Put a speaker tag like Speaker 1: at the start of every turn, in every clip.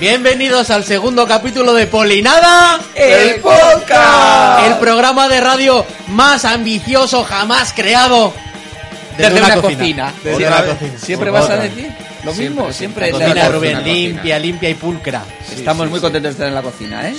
Speaker 1: Bienvenidos al segundo capítulo de Polinada,
Speaker 2: ¡El podcast!
Speaker 1: el programa de radio más ambicioso jamás creado
Speaker 2: Desde una cocina.
Speaker 1: Desde
Speaker 2: Otra
Speaker 1: una
Speaker 2: vez.
Speaker 1: cocina.
Speaker 2: Siempre
Speaker 3: Otra
Speaker 2: vas a
Speaker 3: vez.
Speaker 2: decir lo
Speaker 3: Siempre,
Speaker 2: mismo,
Speaker 3: siempre.
Speaker 2: siempre,
Speaker 1: La
Speaker 2: es
Speaker 1: cocina,
Speaker 2: la
Speaker 1: Rubén,
Speaker 3: cocina.
Speaker 1: limpia, limpia y pulcra.
Speaker 2: Estamos muy contentos de estar en la cocina, ¿eh?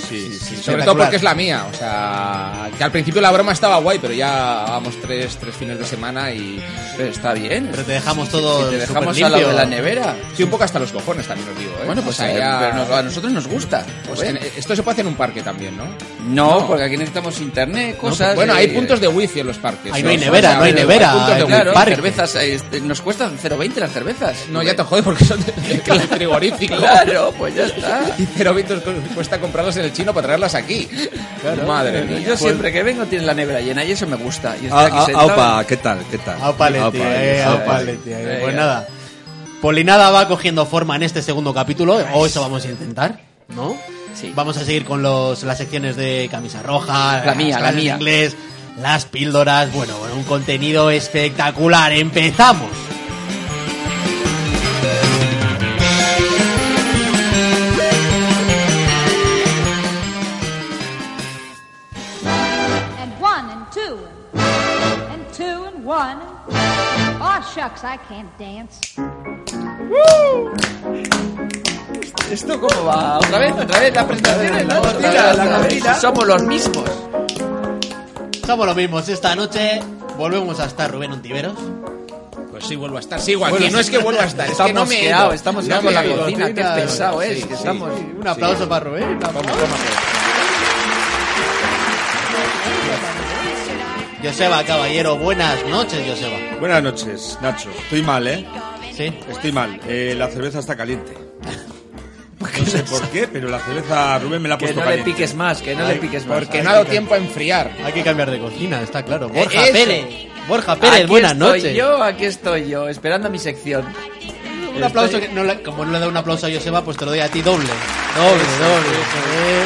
Speaker 3: Sobre todo porque es la mía, o sea, que al principio la broma estaba guay, pero ya vamos tres, tres fines de semana y
Speaker 2: Pero está bien.
Speaker 1: Pero te dejamos todo
Speaker 2: Si te dejamos
Speaker 1: superlimpio.
Speaker 2: al lado de la nevera.
Speaker 3: estoy un poco hasta los cojones también os digo, ¿eh?
Speaker 2: Bueno, pues
Speaker 3: O sea,
Speaker 2: eh,
Speaker 3: ya-
Speaker 2: pero nos- a nosotros nos gusta.
Speaker 3: pues
Speaker 2: joder.
Speaker 3: en- esto se puede hacer en un parque también, ¿no?
Speaker 2: no, porque aquí necesitamos internet, cosas.
Speaker 3: Bueno, hay
Speaker 2: eh,
Speaker 3: puntos de wifi en los parques.
Speaker 1: Ahí no hay
Speaker 3: O sea,
Speaker 1: nevera, no hay nevera,
Speaker 3: puntos de
Speaker 1: hay
Speaker 3: wifi.
Speaker 2: Claro,
Speaker 1: parque.
Speaker 2: cervezas. eh, este, Nos cuestan 0,20 las cervezas.
Speaker 3: No, ya te jode porque son de, de frigorífico.
Speaker 2: Claro, pues ya está.
Speaker 3: Y pero Víctor, cu- cuesta comprarlas en el chino para traerlas aquí. Madre mía.
Speaker 2: Yo siempre que vengo tiene la nevera llena y eso me gusta. Y estar
Speaker 4: Ah,
Speaker 2: aquí
Speaker 4: ah,
Speaker 2: sentado-
Speaker 4: aupa, ¿qué tal? ¿Qué tal?
Speaker 1: Aupaleti,
Speaker 4: Aupa,
Speaker 1: eh,
Speaker 4: aupa.
Speaker 1: aupaleti, eh.
Speaker 2: Venga.
Speaker 1: Pues nada, Polinada va cogiendo forma en este segundo capítulo, o eso vamos a intentar, ¿no?
Speaker 2: Sí.
Speaker 1: Vamos a seguir con los, las secciones de camisa roja,
Speaker 2: La
Speaker 1: las
Speaker 2: mía, la
Speaker 1: clases de
Speaker 2: mía.
Speaker 1: inglés, las píldoras, bueno, bueno, un contenido espectacular. Empezamos.
Speaker 5: and one and two and, and two and one. Oh shucks, I can't dance.
Speaker 2: ¿Esto cómo va? ¿Otra vez? ¿Otra vez? ¿La presentación?
Speaker 1: La
Speaker 2: Otra
Speaker 1: cortina,
Speaker 2: vez,
Speaker 1: la
Speaker 2: otra vez.
Speaker 1: cortina.
Speaker 2: Somos los mismos.
Speaker 1: Somos los mismos esta noche. Volvemos a estar Rubén Ontiveros.
Speaker 3: Pues sí, vuelvo a estar. Sigo aquí.
Speaker 2: Bueno,
Speaker 3: no es que vuelva a estar, es que no
Speaker 2: Estamos
Speaker 3: me he
Speaker 2: quedados,
Speaker 3: ido.
Speaker 2: estamos
Speaker 3: No
Speaker 2: ya
Speaker 3: me
Speaker 2: con la
Speaker 3: he ido.
Speaker 2: cocina. Qué
Speaker 1: cocina,
Speaker 2: pesado es,
Speaker 3: sí,
Speaker 2: que
Speaker 3: sí.
Speaker 2: estamos...
Speaker 1: Un aplauso para Rubén. un aplauso. Joseba Caballero, buenas noches, Joseba.
Speaker 4: Buenas noches, Nacho. Estoy mal, ¿eh?
Speaker 1: Sí.
Speaker 4: Estoy mal. Eh, la cerveza está caliente. No sé por qué, pero la cerveza Rubén me la ha
Speaker 2: Que
Speaker 4: puesto
Speaker 2: no le
Speaker 4: caliente.
Speaker 2: piques más, que no le
Speaker 4: Ay,
Speaker 2: piques más.
Speaker 3: Porque no ha dado tiempo a enfriar.
Speaker 1: Hay que cambiar de cocina, está claro.
Speaker 2: Eh,
Speaker 1: Borja
Speaker 2: eso.
Speaker 1: Pérez. Borja Pérez,
Speaker 2: Aquí
Speaker 1: buenas
Speaker 2: estoy
Speaker 1: noches.
Speaker 2: yo, aquí estoy yo, esperando mi sección.
Speaker 1: Un aplauso que no le- como no le da un aplauso a Joseba, pues te lo doy a ti doble. Doble, doble. Eh.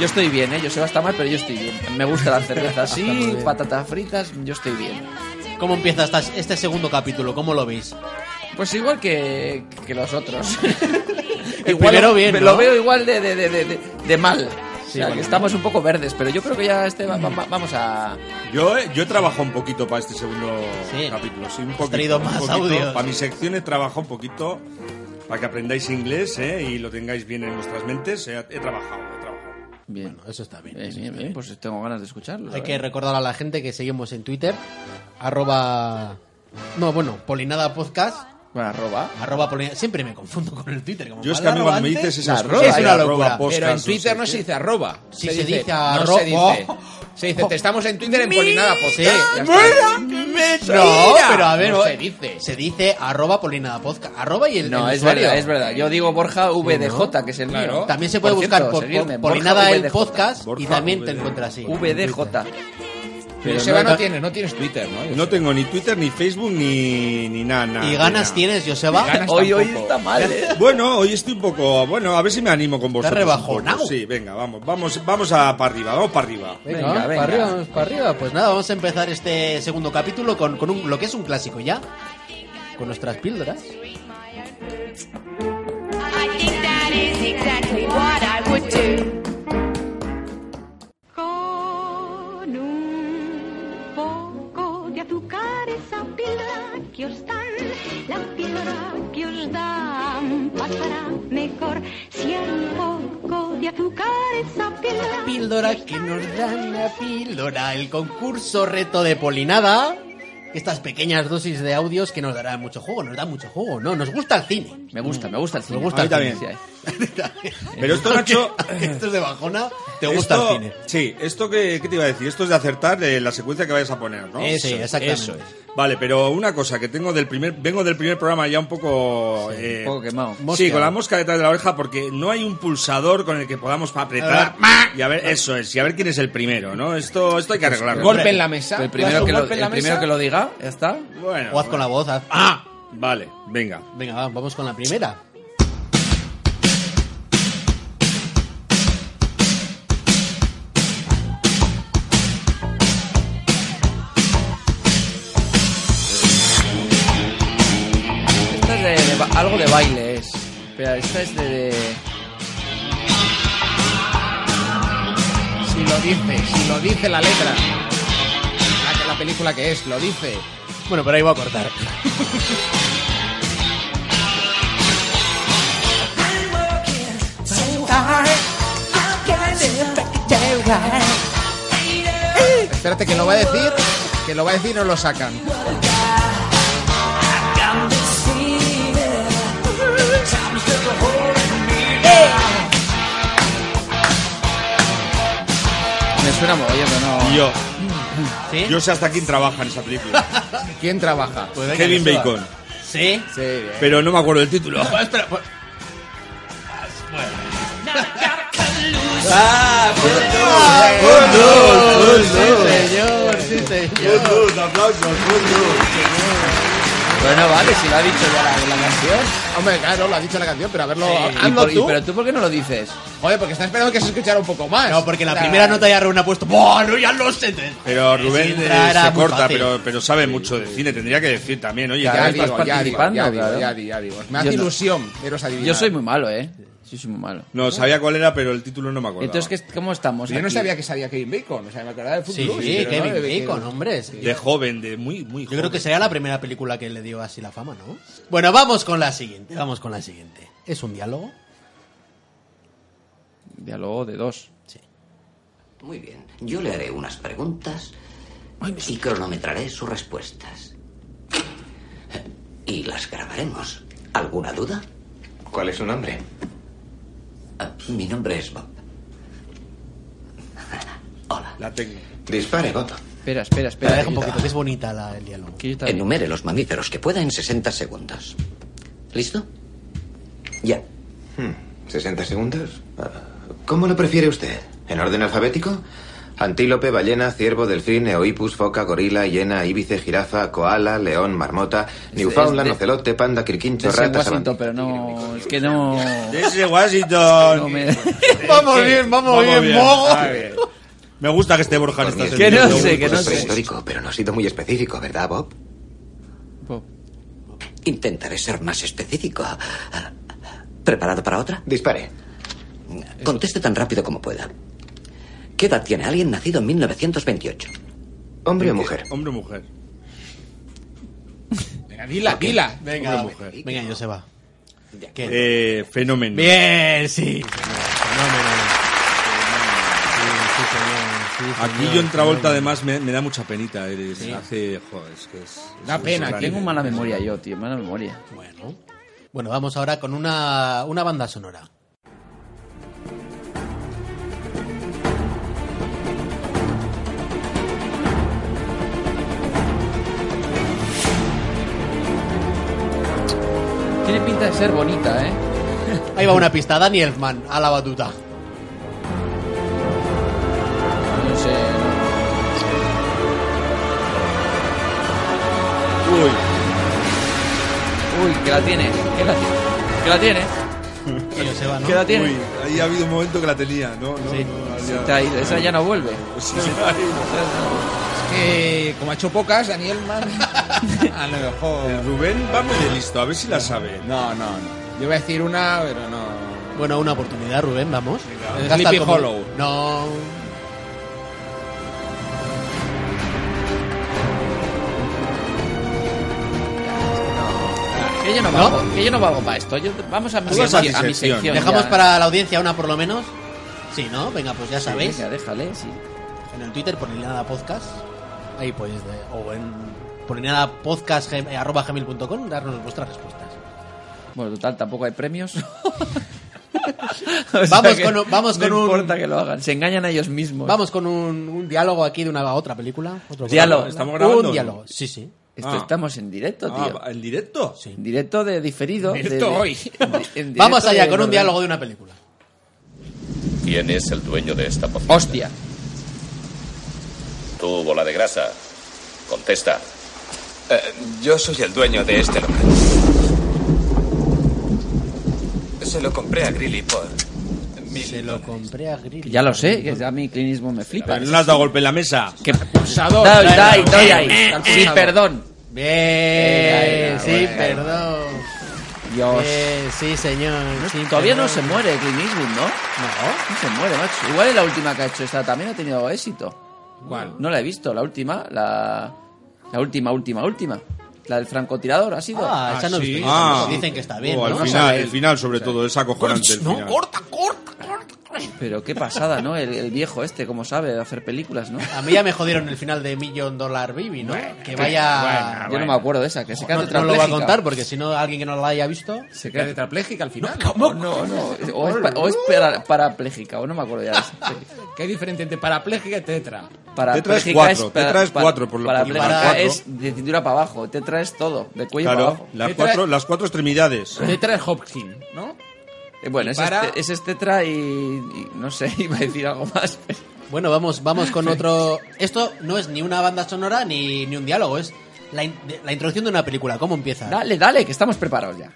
Speaker 2: Yo estoy bien, ¿eh? Yo se va mal, pero yo estoy bien. Me gusta la cerveza
Speaker 1: Está muy
Speaker 2: así,
Speaker 1: bien.
Speaker 2: patatas fritas, yo estoy bien.
Speaker 1: ¿Cómo empieza esta- este segundo capítulo? ¿Cómo lo veis?
Speaker 2: Pues igual que, que los otros.
Speaker 1: El primero bien, ¿no?
Speaker 2: Lo veo igual de, de, de, de, de- de mal. o sea,
Speaker 1: bueno.
Speaker 2: que estamos un poco verdes, pero yo creo que ya este va- va- vamos a...
Speaker 4: Yo, eh, yo he trabajado un poquito para este segundo
Speaker 1: Sí.
Speaker 4: capítulo. Sí, un
Speaker 1: Has
Speaker 4: poquito,
Speaker 1: traído
Speaker 4: un
Speaker 1: más
Speaker 4: poquito.
Speaker 1: audios.
Speaker 4: Para mis secciones trabajo un poquito para que aprendáis inglés ¿eh? y lo tengáis bien en vuestras mentes. eh, He trabajado, he trabajado.
Speaker 2: Bien,
Speaker 1: Eso está bien.
Speaker 2: bien, bien, bien, pues tengo ganas de escucharlo.
Speaker 1: Hay
Speaker 2: ¿eh?
Speaker 1: que recordar a la gente que seguimos en Twitter, arroba... No, bueno, Polinada Podcast,
Speaker 2: Bueno, arroba.
Speaker 1: arroba Polinada... Siempre me confundo con el Twitter. Como
Speaker 4: Yo es
Speaker 1: ¿cuál
Speaker 4: que a mí
Speaker 1: arroba
Speaker 4: cuando me
Speaker 1: antes?
Speaker 4: dices esas
Speaker 1: La
Speaker 4: cosas,
Speaker 1: arroba, es una
Speaker 4: arroba,
Speaker 1: locura.
Speaker 4: post-
Speaker 3: Pero en
Speaker 4: Podcast,
Speaker 3: Twitter
Speaker 4: no
Speaker 3: no
Speaker 4: sé
Speaker 3: se
Speaker 4: qué.
Speaker 3: dice arroba.
Speaker 1: Sí, se dice
Speaker 3: No
Speaker 1: arroba.
Speaker 3: se dice. Se dice, te estamos en Twitter en Polinada Podcast.
Speaker 1: Sí.
Speaker 3: Ya está.
Speaker 1: No, pero a ver,
Speaker 3: No
Speaker 1: o-
Speaker 3: se dice.
Speaker 1: se dice arroba Polinada Podcast, arroba y el,
Speaker 2: No,
Speaker 1: el
Speaker 2: es
Speaker 1: usuario.
Speaker 2: verdad, es verdad. Yo digo Borja VDJ, que es el
Speaker 3: Claro.
Speaker 2: mío.
Speaker 1: También se puede
Speaker 2: Por
Speaker 1: buscar
Speaker 2: cierto,
Speaker 1: por,
Speaker 2: seguidme,
Speaker 1: por
Speaker 2: Borja
Speaker 1: Polinada el
Speaker 2: VDJ.
Speaker 1: podcast y
Speaker 4: Borja
Speaker 1: también te
Speaker 4: VDJ.
Speaker 1: encuentras así.
Speaker 2: VDJ.
Speaker 3: Pero
Speaker 2: Pero
Speaker 3: Seba
Speaker 1: no-
Speaker 3: no, tiene, no tienes Twitter, ¿no? Yo
Speaker 4: No
Speaker 3: sé.
Speaker 4: tengo ni Twitter, ni Facebook, ni, ni nada. nada,
Speaker 1: ¿Y ganas
Speaker 4: nada.
Speaker 1: tienes, Joseba?
Speaker 3: Y ganas-
Speaker 2: Hoy, hoy
Speaker 3: tampoco.
Speaker 2: está mal, ¿eh?
Speaker 4: Bueno, hoy estoy un poco. Bueno, a ver si me animo con vosotros. un poco.
Speaker 1: rebajonao.
Speaker 4: Sí, venga, vamos, vamos, vamos a para arriba, vamos para arriba.
Speaker 1: Venga,
Speaker 2: Venga,
Speaker 1: vamos
Speaker 2: venga.
Speaker 1: para arriba, vamos para arriba. Pues nada, vamos a empezar este segundo capítulo con, con un, lo que es un clásico ya, con nuestras píldoras.
Speaker 6: I think that is exactly what I would do.
Speaker 5: Con un poco de azúcar esa píldora que os dan, la píldora que os dan pasará mejor. Si hay un poco de azúcar esa píldora,
Speaker 1: Píldora que nos dan la píldora, el concurso reto de Polinada. Estas pequeñas dosis de audios que nos darán mucho juego, nos da mucho juego, ¿no? Nos gusta el cine.
Speaker 2: Me gusta, me gusta el cine.
Speaker 1: Me gusta
Speaker 4: A mí
Speaker 2: el
Speaker 4: el
Speaker 2: cine.
Speaker 4: cine, Pero esto, Nacho.
Speaker 1: Esto es de bajona, te gusta
Speaker 4: esto-
Speaker 1: el cine.
Speaker 4: Sí, esto que ¿qué te iba a decir, esto es de acertar eh, la secuencia que vayas a poner, ¿no?
Speaker 1: Eso es, exactamente.
Speaker 4: eso es. Vale, pero una cosa que tengo del primer, vengo del primer programa ya un poco, eh,
Speaker 2: un poco quemado.
Speaker 1: Mosca.
Speaker 4: Sí, con la mosca detrás de la oreja porque no hay un pulsador con el que podamos apretar y a ver eso es y a ver quién es el primero, ¿no? Esto esto hay
Speaker 1: Pues
Speaker 4: que arreglarlo.
Speaker 3: Golpe en la mesa.
Speaker 2: El primero, que lo,
Speaker 3: Golpe en la
Speaker 2: el primero
Speaker 3: mesa.
Speaker 2: que lo diga, ya está.
Speaker 4: Bueno.
Speaker 1: O haz con la voz. haz-
Speaker 4: Ah, vale, venga.
Speaker 1: Venga, va, vamos con la primera.
Speaker 2: Esto es de- de ba- algo de baile, es. Espera, esta es de. de-
Speaker 3: Si lo dice, si lo dice la letra. La, que- la película que es, lo dice.
Speaker 1: Bueno, pero ahí voy a cortar.
Speaker 3: Espérate, que lo va a decir, que lo va a decir y no lo sacan.
Speaker 2: Me suena mogollón, pero no.
Speaker 4: Y yo,
Speaker 1: ¿Sí?
Speaker 4: yo sé hasta quién trabaja en esa película.
Speaker 3: ¿Quién trabaja?
Speaker 1: Pues venga,
Speaker 4: Kevin
Speaker 1: que suba.
Speaker 4: Bacon.
Speaker 1: Sí.
Speaker 2: Sí, bien.
Speaker 4: Pero no me acuerdo del título.
Speaker 1: Bueno, espera, pues-
Speaker 2: ¡Ah! por
Speaker 1: Sí, señor, sí, señor.
Speaker 2: Pero no vale, si lo ha dicho ya la, la canción.
Speaker 3: Hombre, claro, lo ha dicho la canción, pero a verlo,
Speaker 2: Y
Speaker 3: hazlo
Speaker 2: por- y-
Speaker 3: tú.
Speaker 2: pero tú, ¿por qué no lo dices?
Speaker 3: Joder, porque está esperando que se escuchara un poco más.
Speaker 1: No, porque la
Speaker 3: O sea,
Speaker 1: primera nota ya Rubén ha puesto. Bueno, ya lo sé. Entonces,
Speaker 4: Pero Rubén
Speaker 1: Sin
Speaker 4: eh,
Speaker 1: entrar era
Speaker 4: se
Speaker 1: muy
Speaker 4: corta,
Speaker 1: fácil.
Speaker 4: pero, pero sabe mucho de cine. Tendría que decir también, oye,
Speaker 3: Ya,
Speaker 4: ¿qué
Speaker 2: estás
Speaker 4: estás
Speaker 3: digo, ya digo,
Speaker 2: participando,
Speaker 3: ya digo,
Speaker 2: claro.
Speaker 3: ya digo, ya digo.
Speaker 2: Yo
Speaker 3: Me hace
Speaker 2: no.
Speaker 3: ilusión veros adivinar.
Speaker 2: Yo soy muy malo, ¿eh? Sí, soy muy malo.
Speaker 4: No, sabía cuál era, pero el título no me acuerdo.
Speaker 2: Entonces, ¿qué- ¿cómo estamos?
Speaker 3: Yo no
Speaker 2: aquí?
Speaker 3: sabía que sabía Kevin Bacon, o sea, me acordaba de
Speaker 1: Sí,
Speaker 3: fútbol.
Speaker 1: sí, Kevin Bacon, hombre. sí.
Speaker 4: De joven, de muy, muy
Speaker 1: Yo
Speaker 4: joven.
Speaker 1: creo que sería la primera película que le dio así la fama, ¿no? Bueno, vamos con la siguiente. Vamos con la siguiente. ¿Es un diálogo?
Speaker 2: Diálogo de dos.
Speaker 7: Muy bien, yo le haré unas preguntas y cronometraré sus respuestas. Y las grabaremos. ¿Alguna duda?
Speaker 8: ¿Cuál es su nombre?
Speaker 7: Ah, Mi nombre es Bob. Hola.
Speaker 4: La tengo.
Speaker 8: Dispare, Bob.
Speaker 2: Espera, espera,
Speaker 1: Espera,
Speaker 2: espera.
Speaker 1: deja un poquito, que es bonita la- el diálogo.
Speaker 2: Que yo también-
Speaker 7: Enumere los mamíferos que pueda en 60 segundos. ¿Listo? Ya.
Speaker 8: Hmm, ¿60 segundos? Ah, ¿Cómo lo prefiere usted? ¿En orden alfabético? Antílope, ballena, ciervo, delfín, eoipus, foca, gorila, hiena, íbice, jirafa, koala, león, marmota,
Speaker 2: es
Speaker 8: Newfoundland,
Speaker 2: de-
Speaker 8: ocelote, panda, quirquincho,
Speaker 2: Es en
Speaker 8: rata,
Speaker 2: Washington,
Speaker 8: sabandija.
Speaker 2: pero no... Es que no...
Speaker 4: Desde Washington.
Speaker 2: no me-
Speaker 1: Vamos bien, vamos, bien, mogo.
Speaker 4: Ah, bien. Me gusta que esté Borja en
Speaker 8: Por mí
Speaker 4: estas
Speaker 8: es
Speaker 2: Que no
Speaker 8: un
Speaker 4: sesiones.
Speaker 2: sé, que no
Speaker 8: recurso
Speaker 2: sé.
Speaker 8: histórico, pero no ha sido muy específico, ¿verdad, Bob?
Speaker 2: Bob.
Speaker 7: Intentaré ser más específico. Ah, ¿Preparado para otra?
Speaker 8: Dispare.
Speaker 7: Conteste tan rápido como pueda. ¿Qué edad tiene alguien nacido en 1928?
Speaker 8: ¿Hombre o mujer?
Speaker 4: Hombre o mujer.
Speaker 3: Venga, dila, dila.
Speaker 1: Venga,
Speaker 4: Hombre, mujer.
Speaker 1: venga, yo se va. ¿Qué?
Speaker 4: Eh, fenómeno.
Speaker 1: Bien, sí. señor. Fenómeno. Sí, sí, señor, sí,
Speaker 4: Aquí
Speaker 1: señor,
Speaker 4: yo en Travolta
Speaker 1: fenómeno.
Speaker 4: además me, me da mucha penita. Eres, Hace, joder, es que es...
Speaker 3: Da
Speaker 4: es un
Speaker 3: pena,
Speaker 4: gran-
Speaker 2: Tengo mala memoria yo, tío. Mala memoria.
Speaker 1: Bueno. Bueno, vamos ahora con una, una banda sonora.
Speaker 2: Tiene pinta de ser bonita, ¿eh?
Speaker 1: Ahí va una pista, Danny Elfman, a la batuta.
Speaker 2: No sé... Uy. Uy, que la tienes. Que la tienes. Que la tienes.
Speaker 1: Y Joseba, ¿no?
Speaker 2: Que la tienes.
Speaker 4: Uy, ahí ha habido un momento que la tenía, ¿no? no,
Speaker 1: Sí.
Speaker 4: no
Speaker 2: Se
Speaker 4: había-
Speaker 2: te ha ido, Esa ya no vuelve.
Speaker 4: Sí, sí, sí.
Speaker 3: Es que, como ha hecho pocas, Daniel Man. a lo mejor.
Speaker 4: Rubén va muy de listo, a ver si la sabe.
Speaker 3: No, no, no. Yo voy a decir una, pero no.
Speaker 1: Bueno, una oportunidad, Rubén, vamos.
Speaker 3: Venga. Sleepy
Speaker 1: como-
Speaker 3: Hollow.
Speaker 1: No.
Speaker 2: Que yo no
Speaker 1: ¿No?
Speaker 2: valgo, que yo no valgo para esto. Yo- vamos a mi,
Speaker 4: Tú vas a
Speaker 2: sección,
Speaker 4: mi
Speaker 2: a mi
Speaker 4: sección.
Speaker 2: sección
Speaker 1: Dejamos
Speaker 2: ya.
Speaker 1: para la audiencia una por lo menos. Sí, ¿no? Venga, pues ya
Speaker 2: Sí,
Speaker 1: sabéis.
Speaker 2: venga, déjale, sí.
Speaker 1: En el Twitter, ponle nada podcast. Ahí podéis. de- o en ponle nada podcast gem- eh, arroba gmail.com, darnos vuestras respuestas.
Speaker 2: Pues- Bueno, total, tampoco hay premios.
Speaker 1: Vamos con un- vamos con
Speaker 2: no
Speaker 1: un-
Speaker 2: importa que lo hagan, se engañan a ellos mismos.
Speaker 1: Vamos con un, un diálogo aquí de una a otra película. Otro
Speaker 2: Diálogo.
Speaker 4: ¿Estamos grabando?
Speaker 1: Un diálogo. Sí, sí.
Speaker 2: Esto
Speaker 4: Ah.
Speaker 2: estamos en directo, tío.
Speaker 4: Ah, ¿En directo?
Speaker 1: Sí.
Speaker 2: En directo de diferido. de-
Speaker 3: Directo
Speaker 2: de-
Speaker 3: hoy.
Speaker 2: en di- en
Speaker 1: Vamos
Speaker 2: directo
Speaker 1: allá
Speaker 2: de-
Speaker 1: con un
Speaker 2: de-
Speaker 1: diálogo de una película.
Speaker 9: ¿Quién es el dueño de esta poción?
Speaker 2: Hostia.
Speaker 9: Tú, bola de grasa. Contesta.
Speaker 8: Eh, yo soy el dueño de este local. Se lo compré a Grilly por... mil
Speaker 1: Se lo compré a Grill.
Speaker 2: Ya lo sé, que a mí clinismo me flipa.
Speaker 4: Pero no le has dado golpe en la mesa.
Speaker 2: Que
Speaker 3: Pulsador.
Speaker 2: Dai,
Speaker 3: Dale,
Speaker 2: dai,
Speaker 3: dale,
Speaker 2: dai.
Speaker 3: dale,
Speaker 2: Sí,
Speaker 3: pulsador.
Speaker 2: perdón.
Speaker 1: Bien, sí, perdón.
Speaker 3: Dios.
Speaker 1: Eh, sí, señor. sin
Speaker 2: Todavía no
Speaker 1: perdón.
Speaker 2: se muere Clint Eastwood, ¿no? No. No se muere, macho. Igual es la última que ha hecho esta. También ha tenido éxito.
Speaker 3: ¿Cuál?
Speaker 2: No la he visto. La última, la... La última, última, última. La del francotirador, ¿ha sido?
Speaker 1: Ah, esa no
Speaker 3: sí.
Speaker 1: es-
Speaker 4: Ah.
Speaker 1: dicen que está bien,
Speaker 4: Oh, al
Speaker 1: ¿no?
Speaker 4: final, el final sobre todo, es acojonante. el final.
Speaker 2: Pero qué pasada, ¿no? El, el viejo este, como sabe hacer películas, ¿no?
Speaker 1: A mí ya me jodieron el final de Million Dollar Baby, ¿no? que vaya...
Speaker 2: Yo no me acuerdo de esa, que se queda
Speaker 1: no, no lo
Speaker 2: tetrapléjica.
Speaker 1: va a contar porque si no alguien que no la haya visto...
Speaker 3: Se queda tetrapléjica al final. Oh,
Speaker 2: No, no, no. O es, pa- o es para- parapléjica, o no me acuerdo ya de esa.
Speaker 3: ¿Qué hay diferente entre parapléjica y tetra?
Speaker 2: Parapléjica
Speaker 4: Tetra es cuatro,
Speaker 2: para-
Speaker 4: tetra es
Speaker 2: para-
Speaker 4: cuatro, por lo que-
Speaker 2: parapléjica
Speaker 1: Para-
Speaker 2: es de cintura para abajo, tetra es todo, de cuello para
Speaker 4: Claro,
Speaker 2: abajo.
Speaker 4: las
Speaker 3: Detrás-
Speaker 4: cuatro, las cuatro extremidades.
Speaker 3: Tetra es Hopkins, ¿no?
Speaker 2: Eh, Bueno,
Speaker 3: Y
Speaker 2: ese, es
Speaker 3: para-
Speaker 2: te- ese es este tetra y, y no sé, iba a decir algo más. pero-
Speaker 1: Bueno, vamos, vamos con otro... Esto no es ni una banda sonora ni, ni un diálogo, es la, in- de- la introducción de una película. ¿Cómo empieza?
Speaker 2: Dale, dale, que estamos preparados ya.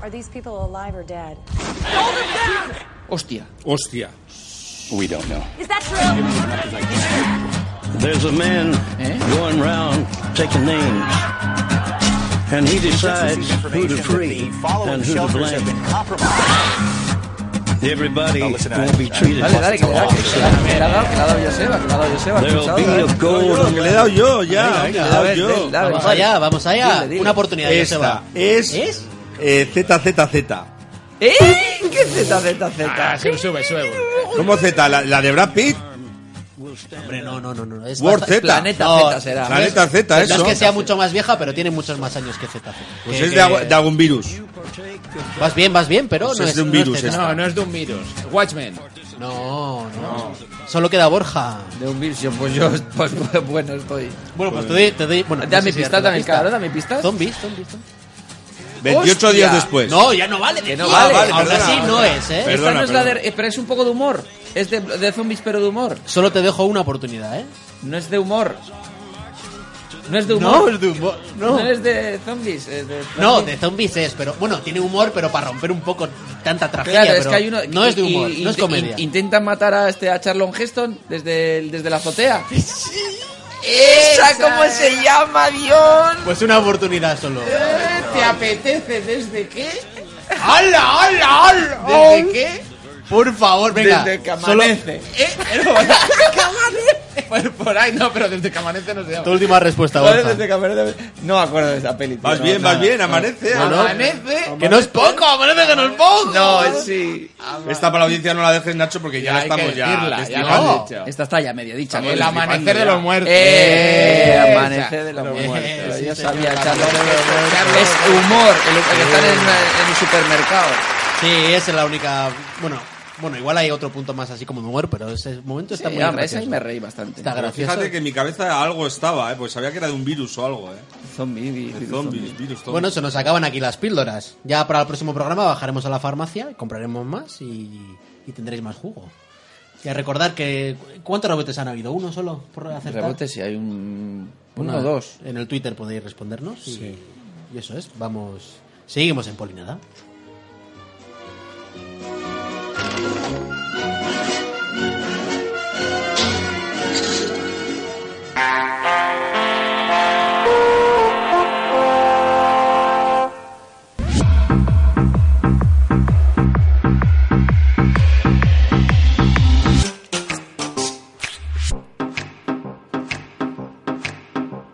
Speaker 10: Are these people alive or dead?
Speaker 2: Hostia.
Speaker 4: Hostia.
Speaker 9: We don't know.
Speaker 10: Is that true?
Speaker 11: There's a man
Speaker 2: Eh?
Speaker 11: going round taking names. And he decides who to free and who to blame. Everybody will be treated
Speaker 2: Dale, dale, que le da, que le da- que le ha dado, que le ha dado Joseba, que le ha dado Joseba.
Speaker 11: There'll
Speaker 2: escuchado,
Speaker 11: be
Speaker 2: dale.
Speaker 11: a gold
Speaker 4: Yo, que le he dado yo,
Speaker 2: Venga, venga,
Speaker 4: ya. que le he
Speaker 2: a
Speaker 4: dado
Speaker 2: ver,
Speaker 4: yo.
Speaker 2: ven, dale,
Speaker 1: Vamos
Speaker 2: dale.
Speaker 1: allá, vamos allá.
Speaker 2: Dile, dile.
Speaker 1: Una oportunidad,
Speaker 4: Esta
Speaker 1: Joseba.
Speaker 4: es,
Speaker 1: ¿Es?
Speaker 4: eh, ZZZ.
Speaker 2: ¡Eh! ¿Qué Z, Z, Z?
Speaker 3: Ah, sube, sube, sube.
Speaker 4: ¿Cómo Z? ¿La, la de Brad Pitt?
Speaker 1: Hombre, no, no, no, no. no, Es
Speaker 4: Word
Speaker 1: basta-
Speaker 4: Z.
Speaker 2: Planeta
Speaker 1: No,
Speaker 2: Z será.
Speaker 4: Planeta Z,
Speaker 1: No es
Speaker 4: eso.
Speaker 1: que sea mucho más vieja, pero tiene muchos más años que ZZ.
Speaker 4: Pues
Speaker 1: Que-
Speaker 4: es
Speaker 1: que-
Speaker 4: de, agu- de algún virus.
Speaker 1: Vas bien, vas bien, pero
Speaker 4: Pues
Speaker 1: no
Speaker 4: es
Speaker 1: es,
Speaker 4: de un
Speaker 1: no es
Speaker 4: virus
Speaker 1: Z.
Speaker 4: esta.
Speaker 3: No, no es de un virus. Watchmen.
Speaker 2: Oh,
Speaker 1: No, no. Solo queda Borja.
Speaker 2: De un virus, yo- pues yo, pues, pues, bueno, estoy.
Speaker 1: Bueno, pues te doy... Te doy bueno,
Speaker 2: Dame
Speaker 1: si
Speaker 2: pistas,
Speaker 1: darte la
Speaker 2: dame,
Speaker 1: pista.
Speaker 2: cabrón, dame pistas.
Speaker 1: Zombies, zombies, zombies.
Speaker 4: 28 días
Speaker 2: Hostia.
Speaker 4: después.
Speaker 1: No, ya no vale.
Speaker 2: Que no
Speaker 1: decía.
Speaker 2: vale,
Speaker 1: Ahora
Speaker 4: perdona,
Speaker 1: sí no
Speaker 4: perdona.
Speaker 1: es, ¿eh?
Speaker 4: Pero-
Speaker 2: Esta
Speaker 4: Perdona,
Speaker 2: no es la
Speaker 4: perdona.
Speaker 2: de. eh, Pero es un poco de humor. Es de, de zombies, pero de humor.
Speaker 1: Solo te dejo una oportunidad, ¿eh?
Speaker 2: No es de humor. No es de humor.
Speaker 1: es de humor.
Speaker 2: No, es de zombies. Es de
Speaker 1: No, de zombies es, pero bueno, tiene humor, pero para romper un poco tanta tragedia.
Speaker 2: Claro, es
Speaker 1: pero
Speaker 2: que hay uno.
Speaker 1: No es de humor,
Speaker 2: y- y-
Speaker 1: no es
Speaker 2: in-
Speaker 1: comedia.
Speaker 2: intentan matar a este a Charlon Heston desde, el- desde la azotea. ¡Esa! ¿Cómo se llama, Dion?
Speaker 1: Pues una oportunidad solo.
Speaker 2: ¿Te apetece desde qué?
Speaker 1: ¡Hala, hala, hala!
Speaker 2: ¿Desde qué?
Speaker 1: Por favor, venga.
Speaker 2: desde que
Speaker 1: solo
Speaker 2: amanece.
Speaker 3: Pues por ahí no, pero desde que amanece no se llama.
Speaker 1: tu última respuesta,
Speaker 2: Joder,
Speaker 1: Borja.
Speaker 2: desde que amanece. No me acuerdo de esa peli. tío,
Speaker 4: Vas
Speaker 2: no,
Speaker 4: bien,
Speaker 2: no.
Speaker 4: vas bien, amanece.
Speaker 1: No, no.
Speaker 3: Amanece.
Speaker 1: Que no es poco, amanece que no es poco.
Speaker 2: No, sí.
Speaker 4: Esta para la audiencia no la dejes, Nacho, porque ya,
Speaker 3: Ya hay que
Speaker 4: estamos ya.
Speaker 3: decirla, ya
Speaker 4: destripando.
Speaker 3: la has
Speaker 1: No.
Speaker 3: dicho.
Speaker 2: Esta está ya medio dicha. ¿no?
Speaker 3: El amanecer de los muertos.
Speaker 2: Eh,
Speaker 3: Esa.
Speaker 2: amanecer de los muertos.
Speaker 1: sí,
Speaker 2: Yo
Speaker 1: señor,
Speaker 2: sabía,
Speaker 1: la
Speaker 2: Charlon.
Speaker 1: amanecer de los
Speaker 2: Charlon Es humor, el, el que están en, una- en un supermercado.
Speaker 1: Sí, esa es la única. Bueno, bueno, igual hay otro punto más así como de humor, pero ese momento está
Speaker 2: Sí,
Speaker 1: muy
Speaker 2: hombre,
Speaker 1: gracioso.
Speaker 2: esa y me reí bastante.
Speaker 1: Está
Speaker 4: Pero
Speaker 3: Eh,
Speaker 1: gracioso.
Speaker 4: Fíjate que en mi cabeza algo estaba, ¿eh? Pues sabía que era de un virus o algo, ¿eh?
Speaker 2: Zombie, vi-
Speaker 4: De
Speaker 2: vi-
Speaker 4: zombies, virus, todo.
Speaker 1: Bueno, se nos acaban aquí las píldoras. Ya para el próximo programa bajaremos a la farmacia, compraremos más y, y tendréis más jugo. Y a recordar que. ¿Cuántos rebotes han habido? ¿Uno solo? Por acertar?
Speaker 2: Rebote si hay un... Uno
Speaker 1: Una-
Speaker 2: o dos.
Speaker 1: En el Twitter podéis respondernos. y- Y eso es. Vamos. Seguimos en Polinada.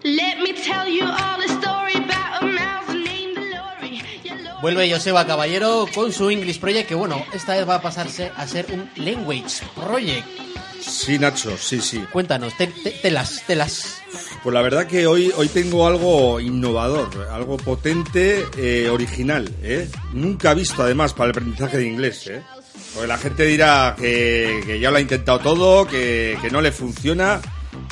Speaker 5: Let me tell you all a story about a mouse named Lori. Yeah, Lori
Speaker 1: Vuelve Joseba Caballero con su English Project, que bueno, esta vez va a pasarse a ser un Language Project.
Speaker 4: Sí, Nacho, sí, sí.
Speaker 1: Cuéntanos, te- te- telas, telas.
Speaker 4: Pues la verdad que hoy, hoy tengo algo innovador, algo potente, eh, original, ¿eh? Nunca visto además para el aprendizaje de inglés, ¿eh? Porque la gente dirá que, que ya lo ha intentado todo, que, que no le funciona,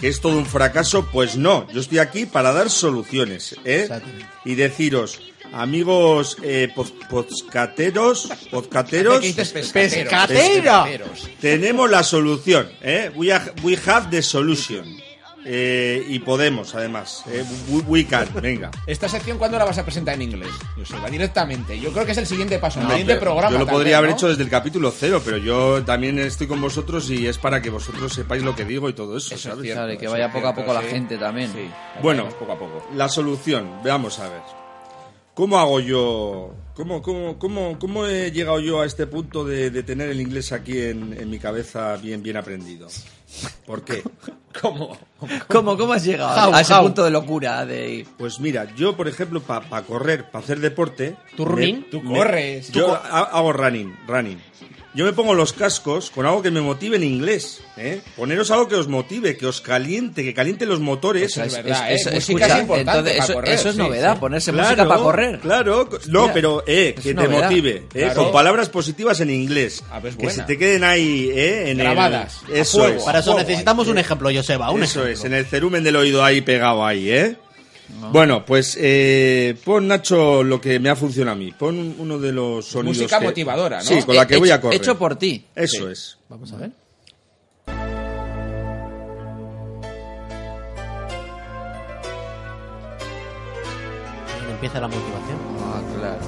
Speaker 4: que es todo un fracaso. Pues no, yo estoy aquí para dar soluciones, ¿eh?
Speaker 1: Exacto.
Speaker 4: Y deciros, amigos eh, poz- pozcateros, pozcateros...
Speaker 1: ¡Pescatero!
Speaker 4: Tenemos la solución, ¿eh? We, ha- we have the solution. Eh, y podemos, además. eh, we, we can, venga.
Speaker 3: Esta sección, ¿cuándo la vas a presentar en inglés? Yo sé, va directamente. Yo creo que es el siguiente paso, el
Speaker 4: No,
Speaker 3: siguiente
Speaker 4: pero
Speaker 3: programa.
Speaker 4: yo lo
Speaker 3: tal
Speaker 4: podría
Speaker 3: vez,
Speaker 4: haber
Speaker 3: ¿no?
Speaker 4: hecho desde el capítulo cero, pero yo también estoy con vosotros y es para que vosotros sepáis lo que digo y todo eso,
Speaker 3: Eso es
Speaker 4: ¿sabes?
Speaker 3: cierto.
Speaker 2: Claro, y que vaya poco a poco la gente también.
Speaker 3: Sí.
Speaker 4: Bueno,
Speaker 3: poco a poco.
Speaker 4: La solución, veamos a ver. ¿Cómo hago yo? ¿Cómo, cómo, cómo, cómo he llegado yo a este punto de, de tener el inglés aquí en, en mi cabeza bien, bien aprendido? ¿Por qué?
Speaker 2: ¿Cómo? ¿Cómo, cómo has llegado
Speaker 4: How,
Speaker 2: a ese
Speaker 4: how.
Speaker 2: punto de locura? De...
Speaker 4: Pues mira, yo por ejemplo, para correr, para hacer deporte...
Speaker 2: ¿Tú
Speaker 4: me-
Speaker 2: running?
Speaker 4: me-
Speaker 2: Tú corres.
Speaker 4: Yo
Speaker 2: Tú co-
Speaker 4: ha- hago running, running. Yo me pongo los cascos con algo que me motive en inglés. ¿eh? Poneros algo que os motive, que os caliente, que caliente los motores.
Speaker 2: Eso es Es- verdad, es- ¿eh? Música escucha, es importante entonces, para eso- correr, eso es sí, novedad, sí. ponerse música para correr.
Speaker 4: Claro, no,
Speaker 2: Hostia,
Speaker 4: pero eh,
Speaker 2: es
Speaker 4: que te
Speaker 2: novedad.
Speaker 4: motive. ¿eh?
Speaker 2: Claro.
Speaker 4: Con palabras positivas en inglés.
Speaker 3: pues
Speaker 4: que
Speaker 3: buena.
Speaker 4: se te queden ahí eh, en el-
Speaker 3: Grabadas, a
Speaker 4: Eso
Speaker 3: fuego,
Speaker 4: es.
Speaker 1: Para eso
Speaker 4: Fuego,
Speaker 1: necesitamos
Speaker 4: ahí,
Speaker 1: un
Speaker 4: eh.
Speaker 1: ejemplo, Joseba, un
Speaker 4: Eso es,
Speaker 1: ejemplo.
Speaker 4: en el cerumen del oído ahí pegado ahí, ¿eh? Bueno, pues eh, pon Nacho lo que me ha funcionado a mí. Pon un- uno de los sonidos.
Speaker 3: Música
Speaker 4: que-
Speaker 3: motivadora, ¿no?
Speaker 4: Sí, con la que
Speaker 2: Hecho-
Speaker 4: voy a correr.
Speaker 2: Hecho por ti.
Speaker 4: Eso es.
Speaker 1: Vamos a ver. Bien, Empieza la motivación.
Speaker 2: Ah, claro.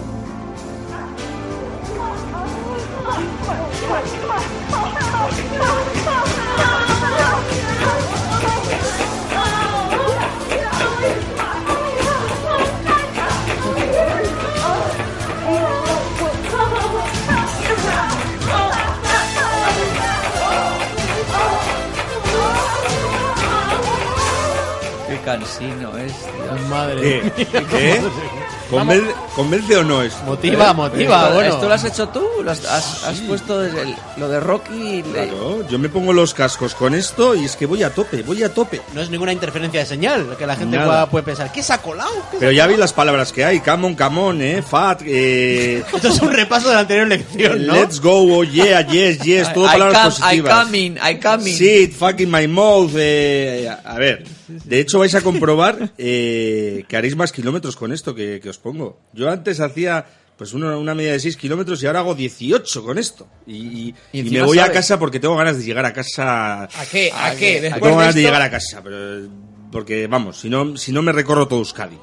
Speaker 2: Qué cansino este. es, tío.
Speaker 1: Madre
Speaker 4: ¿Qué?
Speaker 1: mía.
Speaker 4: ¿Qué? Conven- ¿Convence o no es?
Speaker 1: Motiva, motiva,
Speaker 2: ¿Esto,
Speaker 1: bueno.
Speaker 2: esto lo has hecho tú? ¿Lo has, has- has puesto desde el- lo de Rocky? le-
Speaker 4: Claro, yo me pongo los cascos con esto y es que voy a tope, voy a tope.
Speaker 1: No es ninguna interferencia de señal, que la gente
Speaker 4: Nada.
Speaker 1: pueda- puede pensar, ¿qué se ha colado? ¿Qué se
Speaker 4: Pero
Speaker 1: ha
Speaker 4: ya
Speaker 1: colado?".
Speaker 4: vi las palabras que hay. Camon, camon, eh. Fat, eh.
Speaker 1: Esto es un repaso de la anterior lección, ¿no?
Speaker 4: Let's go, oh yeah, yes, yes. Todo
Speaker 2: I, come-
Speaker 4: palabras
Speaker 2: I
Speaker 4: positivas.
Speaker 2: coming, I coming.
Speaker 4: Shit, fucking my mouth. eh, a ver, de hecho vais a comprobar eh, que haréis más kilómetros con esto que, que os pongo. Yo antes hacía pues una, una media de 6 kilómetros y ahora hago 18 con esto. Y, y-
Speaker 2: Y
Speaker 4: y me
Speaker 2: encima
Speaker 4: voy a
Speaker 2: sabes.
Speaker 4: casa porque tengo ganas de llegar a casa.
Speaker 3: ¿A qué? ¿A qué? Después
Speaker 4: tengo
Speaker 3: de
Speaker 4: ganas de
Speaker 3: esto-
Speaker 4: llegar a casa, pero eh, porque vamos, si no, si no me recorro todo Euskadi.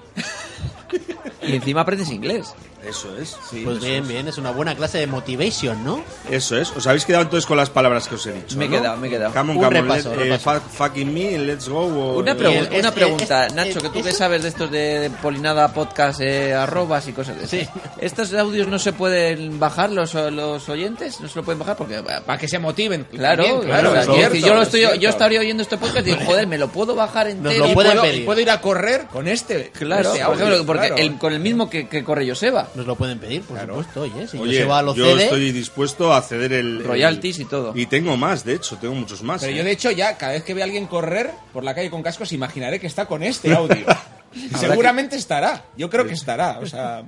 Speaker 2: Y encima aprendes inglés.
Speaker 4: Eso es.
Speaker 1: Pues bien, bien, es una buena clase de motivation, ¿no?
Speaker 4: Eso es. Os habéis quedado entonces con las palabras que os he dicho.
Speaker 2: Me he
Speaker 4: ¿no?
Speaker 2: quedado, me he quedado.
Speaker 4: Come on,
Speaker 1: Un
Speaker 4: come on,
Speaker 1: repaso,
Speaker 4: let-
Speaker 1: un
Speaker 4: eh,
Speaker 1: repaso.
Speaker 4: fuck- fucking me, let's go. o-
Speaker 2: Una,
Speaker 4: eh,
Speaker 2: pregun-
Speaker 1: es-
Speaker 2: una
Speaker 1: es-
Speaker 2: pregunta,
Speaker 1: es-
Speaker 2: Nacho, que tú
Speaker 1: es-
Speaker 2: que sabes de estos de Polinada Podcast, eh, arrobas y cosas de esas.
Speaker 1: Sí.
Speaker 2: ¿Estos audios no se pueden bajar los, los oyentes? ¿No se lo pueden bajar? Porque, bah, bah,
Speaker 3: Para que se motiven.
Speaker 2: claro, claro.
Speaker 4: claro,
Speaker 2: o sea,
Speaker 4: es
Speaker 2: quiero
Speaker 4: cierto,
Speaker 2: decir, yo, lo
Speaker 4: es
Speaker 2: estoy,
Speaker 4: cierto.
Speaker 2: yo estaría oyendo este podcast y digo, joder, ¿me lo puedo bajar entero?
Speaker 1: lo
Speaker 3: Y
Speaker 1: pueden
Speaker 3: puedo,
Speaker 1: pedir.
Speaker 3: y puedo ir a correr con este.
Speaker 2: Claro,
Speaker 3: este
Speaker 2: porque,
Speaker 3: audio,
Speaker 2: porque
Speaker 3: claro.
Speaker 2: el- con el mismo que, que corre Joseba.
Speaker 1: Nos lo pueden pedir, por supuesto, oye. Si
Speaker 4: Oye,
Speaker 1: Joseba lo
Speaker 4: yo
Speaker 1: cede,
Speaker 4: estoy dispuesto a ceder el... el-
Speaker 2: Royalties y todo.
Speaker 4: Y tengo más, de hecho, tengo muchos más.
Speaker 3: Pero
Speaker 4: ¿eh?
Speaker 3: yo, de hecho, ya cada vez que vea a alguien correr por la calle con cascos, imaginaré que está con este audio. Y seguramente estará. Yo creo que estará. O sea,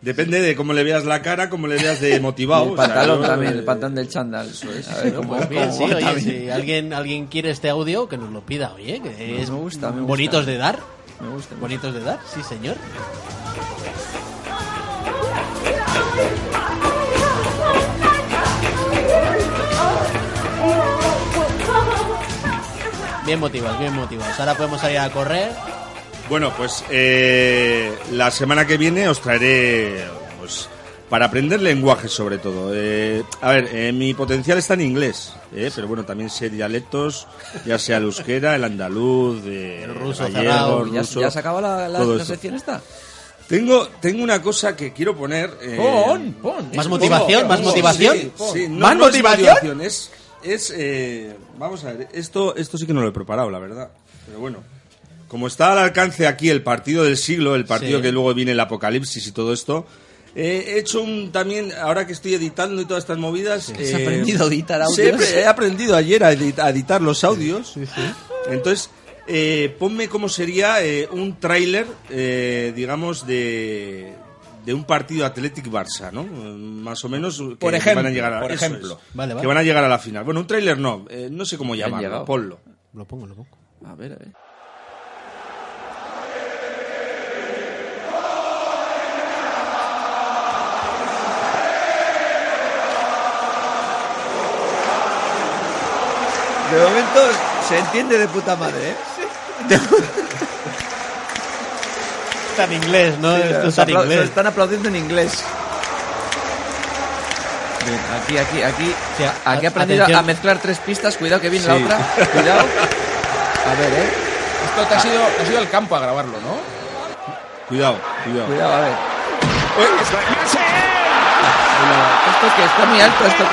Speaker 4: Depende de cómo le veas la cara, cómo le veas de motivado.
Speaker 2: Y el
Speaker 4: o sea,
Speaker 2: pantalón
Speaker 4: yo-
Speaker 2: también,
Speaker 4: eh,
Speaker 2: el pantalón del chándal. A ver cómo-
Speaker 1: Pues bien,
Speaker 2: cómo
Speaker 1: sí,
Speaker 2: va
Speaker 1: oye,
Speaker 2: también.
Speaker 1: si alguien, alguien quiere este audio, que nos lo pida, oye, que es
Speaker 2: me gusta, me gusta.
Speaker 1: bonitos de dar.
Speaker 2: Me gusta.
Speaker 1: Bonitos de dar, sí, señor. Bien motivados, bien motivados. Ahora podemos salir a correr.
Speaker 4: Bueno, pues eh, la semana que viene os traeré... Pues, para aprender lenguajes, sobre todo. Eh, a ver, eh, mi potencial está en inglés, eh, pero bueno, también sé dialectos, ya sea el euskera, el andaluz, eh,
Speaker 1: El ruso
Speaker 4: gallego,
Speaker 1: cerrado.
Speaker 2: ¿Ya,
Speaker 4: ruso,
Speaker 2: ya se acabó la, la,
Speaker 4: todo
Speaker 2: la
Speaker 4: esto.
Speaker 2: sección esta?
Speaker 4: Tengo, tengo una cosa que quiero poner. eh,
Speaker 3: pon, pon.
Speaker 1: Más
Speaker 3: Es-
Speaker 1: motivación,
Speaker 3: pon,
Speaker 1: más
Speaker 3: pon,
Speaker 1: motivación.
Speaker 3: sí, pon.
Speaker 4: Sí, no,
Speaker 1: ¿Más
Speaker 4: no es
Speaker 1: motivación?
Speaker 4: Es, es, eh, vamos a ver, esto, esto sí que no lo he preparado, la verdad. Pero bueno, como está al alcance aquí el partido del siglo, el partido
Speaker 1: Sí.
Speaker 4: que luego viene el apocalipsis y todo esto, eh, he hecho un también, ahora que estoy editando y todas estas movidas...
Speaker 2: ¿Has
Speaker 4: eh,
Speaker 2: aprendido a editar audios?
Speaker 4: siempre he aprendido ayer a edit- a editar, los audios. Entonces, eh, ponme cómo sería eh, un tráiler, eh, digamos, de, de un partido Athletic Barça, ¿no? Eh, Más o menos que
Speaker 3: Por ejemplo,
Speaker 4: van a llegar a,
Speaker 3: por
Speaker 4: eso
Speaker 3: ejemplo.
Speaker 4: es,
Speaker 1: Vale, vale.
Speaker 4: que van a llegar a la final. Bueno, un tráiler no, eh, no sé cómo
Speaker 2: Ya han
Speaker 4: llamarlo,
Speaker 2: llegado.
Speaker 4: ponlo.
Speaker 1: Lo pongo, lo pongo.
Speaker 2: A ver, a ver. De momento se entiende de puta madre, ¿eh?
Speaker 1: Está en inglés, ¿no? Esto
Speaker 2: Se
Speaker 1: está en
Speaker 2: apla- se
Speaker 1: inglés.
Speaker 2: están aplaudiendo en inglés. Bien, aquí, aquí, aquí.
Speaker 1: Sí, a-
Speaker 2: aquí he aprendido
Speaker 1: atención.
Speaker 2: a mezclar tres pistas. Cuidado que viene la
Speaker 4: Sí.
Speaker 2: otra. Cuidado. A ver, ¿eh?
Speaker 3: Esto te ha sido, te has ido al campo a grabarlo, ¿no?
Speaker 4: Cuidado, cuidado.
Speaker 2: Cuidado, a ver.
Speaker 4: Esto
Speaker 2: que está muy alto, esto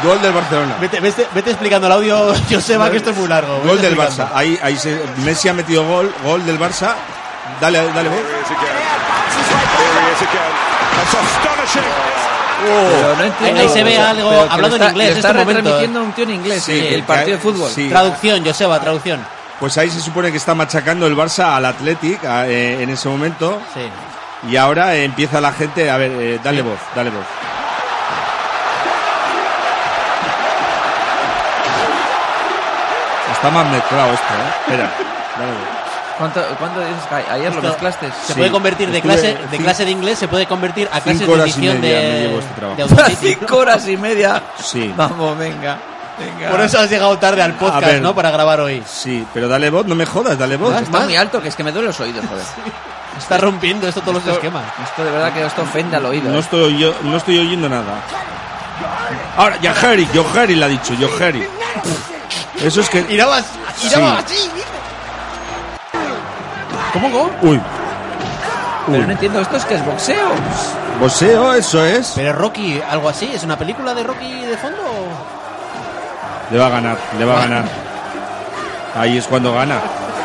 Speaker 2: que
Speaker 4: Gol del Barcelona.
Speaker 1: Vete, vete, vete explicando el audio, Joseba, que esto es muy largo.
Speaker 4: Gol
Speaker 1: Vete
Speaker 4: del Barça.
Speaker 1: explicando.
Speaker 4: Ahí, ahí se- Messi ha metido gol, gol del Barça. Dale, dale gol.
Speaker 2: Pero no entiendo-
Speaker 1: Ahí se ve algo
Speaker 2: pero que lo
Speaker 1: hablando en
Speaker 2: está-
Speaker 1: inglés,
Speaker 2: lo Está
Speaker 1: este momento,
Speaker 2: retransmitiendo
Speaker 1: ¿eh?
Speaker 2: un tío en inglés,
Speaker 4: Sí,
Speaker 2: el-
Speaker 4: que-
Speaker 2: el partido de fútbol.
Speaker 4: sí.
Speaker 1: Traducción, Joseba, traducción.
Speaker 4: Pues ahí se supone que está machacando el Barça al Athletic a- eh, en ese momento. Y ahora eh, empieza la gente. A ver, eh, dale voz, dale voz. Está más mezclado esto, ¿eh? Espera, dale voz.
Speaker 2: ¿Cuánto, cuánto dices que ayer lo
Speaker 1: Esto
Speaker 2: mezclaste?
Speaker 1: Se puede convertir de
Speaker 4: estuve
Speaker 1: clase, de
Speaker 4: cinco-
Speaker 1: clase de inglés, se puede convertir a clase
Speaker 4: cinco
Speaker 1: de
Speaker 4: horas y
Speaker 1: edición
Speaker 4: media me
Speaker 1: de,
Speaker 4: llevo este trabajo.
Speaker 1: de Audacity.
Speaker 2: Cinco horas y media.
Speaker 4: Sí.
Speaker 2: Vamos, venga. venga.
Speaker 1: Por eso has llegado tarde al
Speaker 4: A
Speaker 1: podcast,
Speaker 4: ver.
Speaker 1: ¿no? Para grabar hoy.
Speaker 4: Sí, pero dale voz, no me jodas, dale voz.
Speaker 2: No, está
Speaker 1: más.
Speaker 2: muy alto, que es que me duele los oídos, joder.
Speaker 1: Está rompiendo esto todos los esquemas.
Speaker 2: Esto de verdad que esto ofende al oído.
Speaker 4: No
Speaker 2: ¿eh?
Speaker 4: estoy, yo, no estoy oyendo nada. Ahora, Yoheri, Yoheri le ha dicho, Yoheri. Eso es que.
Speaker 1: Y nada más, y nada más así.
Speaker 2: ¿Cómo, cómo?
Speaker 4: Uy,
Speaker 2: Pero no entiendo, ¿esto es que es boxeo?
Speaker 4: boxeo, eso es.
Speaker 1: Pero Rocky, algo así, ¿es una película de Rocky de fondo? o?
Speaker 4: Le va a ganar, le va a ganar. Ahí es cuando gana.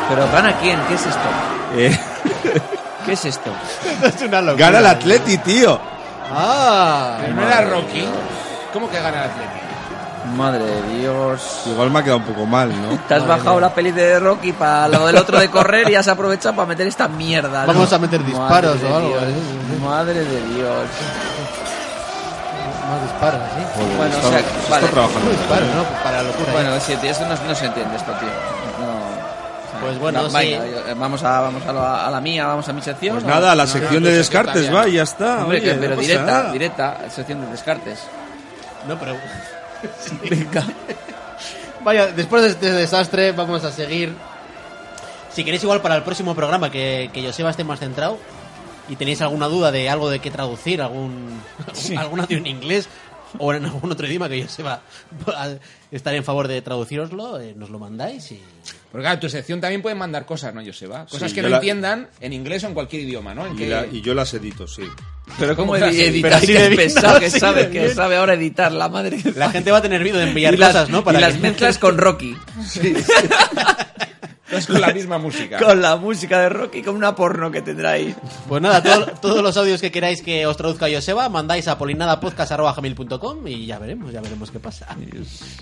Speaker 2: ¿Pero gana quién? ¿Qué es esto?
Speaker 4: Eh,
Speaker 2: ¿Qué es esto?
Speaker 1: es una locura.
Speaker 4: gana el Atleti, tío.
Speaker 1: Ah,
Speaker 3: ¿No era Rocky? ¿Cómo que gana el Atlético?
Speaker 2: Madre de Dios.
Speaker 4: Igual me ha quedado un poco mal, ¿no?
Speaker 2: Te has bajado la peli de Rocky para lo del otro de correr y has aprovechado para meter esta mierda. ¿no?
Speaker 1: Vamos a meter
Speaker 2: Madre
Speaker 1: disparos
Speaker 2: de
Speaker 1: o algo,
Speaker 2: Dios,
Speaker 1: ¿eh?
Speaker 2: Madre de Dios.
Speaker 1: más disparos, ¿sí?
Speaker 4: Joder,
Speaker 2: Bueno,
Speaker 4: está,
Speaker 2: o sea,
Speaker 4: está
Speaker 2: vale.
Speaker 4: trabajando.
Speaker 1: Disparos, ¿no? Para la locura. ¿eh?
Speaker 2: Bueno, sí, tío, esto no, no se entiende esto, tío. No.
Speaker 1: Pues bueno, sí.
Speaker 2: venga, yo- eh, vamos a, vamos a, lo- a la mía, vamos a mi sección.
Speaker 4: Pues
Speaker 2: ¿o?
Speaker 4: nada, la sección de descartes, va, y ya está.
Speaker 2: Hombre,
Speaker 4: oye,
Speaker 2: que- pero
Speaker 4: no pasa
Speaker 2: directa,
Speaker 4: nada.
Speaker 2: directa, sección de descartes.
Speaker 1: no, pero
Speaker 2: Venga.
Speaker 1: Vaya, después de este desastre vamos a seguir. Si queréis igual para el próximo programa que, que Joseba esté más centrado y tenéis alguna duda de algo de qué traducir, algún alguna de un inglés o en algún otro idioma que Joseba estaré en favor de traduciroslo, eh, nos lo mandáis y
Speaker 3: Porque claro, tu sección también pueden mandar cosas, ¿no, Joseba? Cosas
Speaker 4: Sí,
Speaker 3: que
Speaker 4: yo
Speaker 3: no
Speaker 4: la-
Speaker 3: entiendan en inglés o en cualquier idioma, ¿no? En
Speaker 4: Y,
Speaker 3: que- pues,
Speaker 4: la- y yo las edito, sí.
Speaker 2: Pero cómo
Speaker 3: Pero así-
Speaker 2: editar,
Speaker 1: pero así
Speaker 2: que
Speaker 1: de
Speaker 2: es
Speaker 1: bien,
Speaker 2: pesado,
Speaker 1: no,
Speaker 2: que
Speaker 1: así
Speaker 2: sabe,
Speaker 1: de
Speaker 2: que
Speaker 1: bien.
Speaker 2: sabe ahora editar, la madre que
Speaker 1: la
Speaker 2: parió.
Speaker 1: gente va a tener miedo de enviar
Speaker 2: y las-
Speaker 1: cosas, ¿no?
Speaker 2: y las
Speaker 1: que-
Speaker 2: mezclas con Rocky.
Speaker 3: Todas con la misma música.
Speaker 2: Con la música de Rocky, con una porno que tendráis.
Speaker 1: Pues nada, todo- todos los audios que queráis que os traduzca Joseba, mandáis a polinadapodcast.com y ya veremos, ya veremos qué pasa.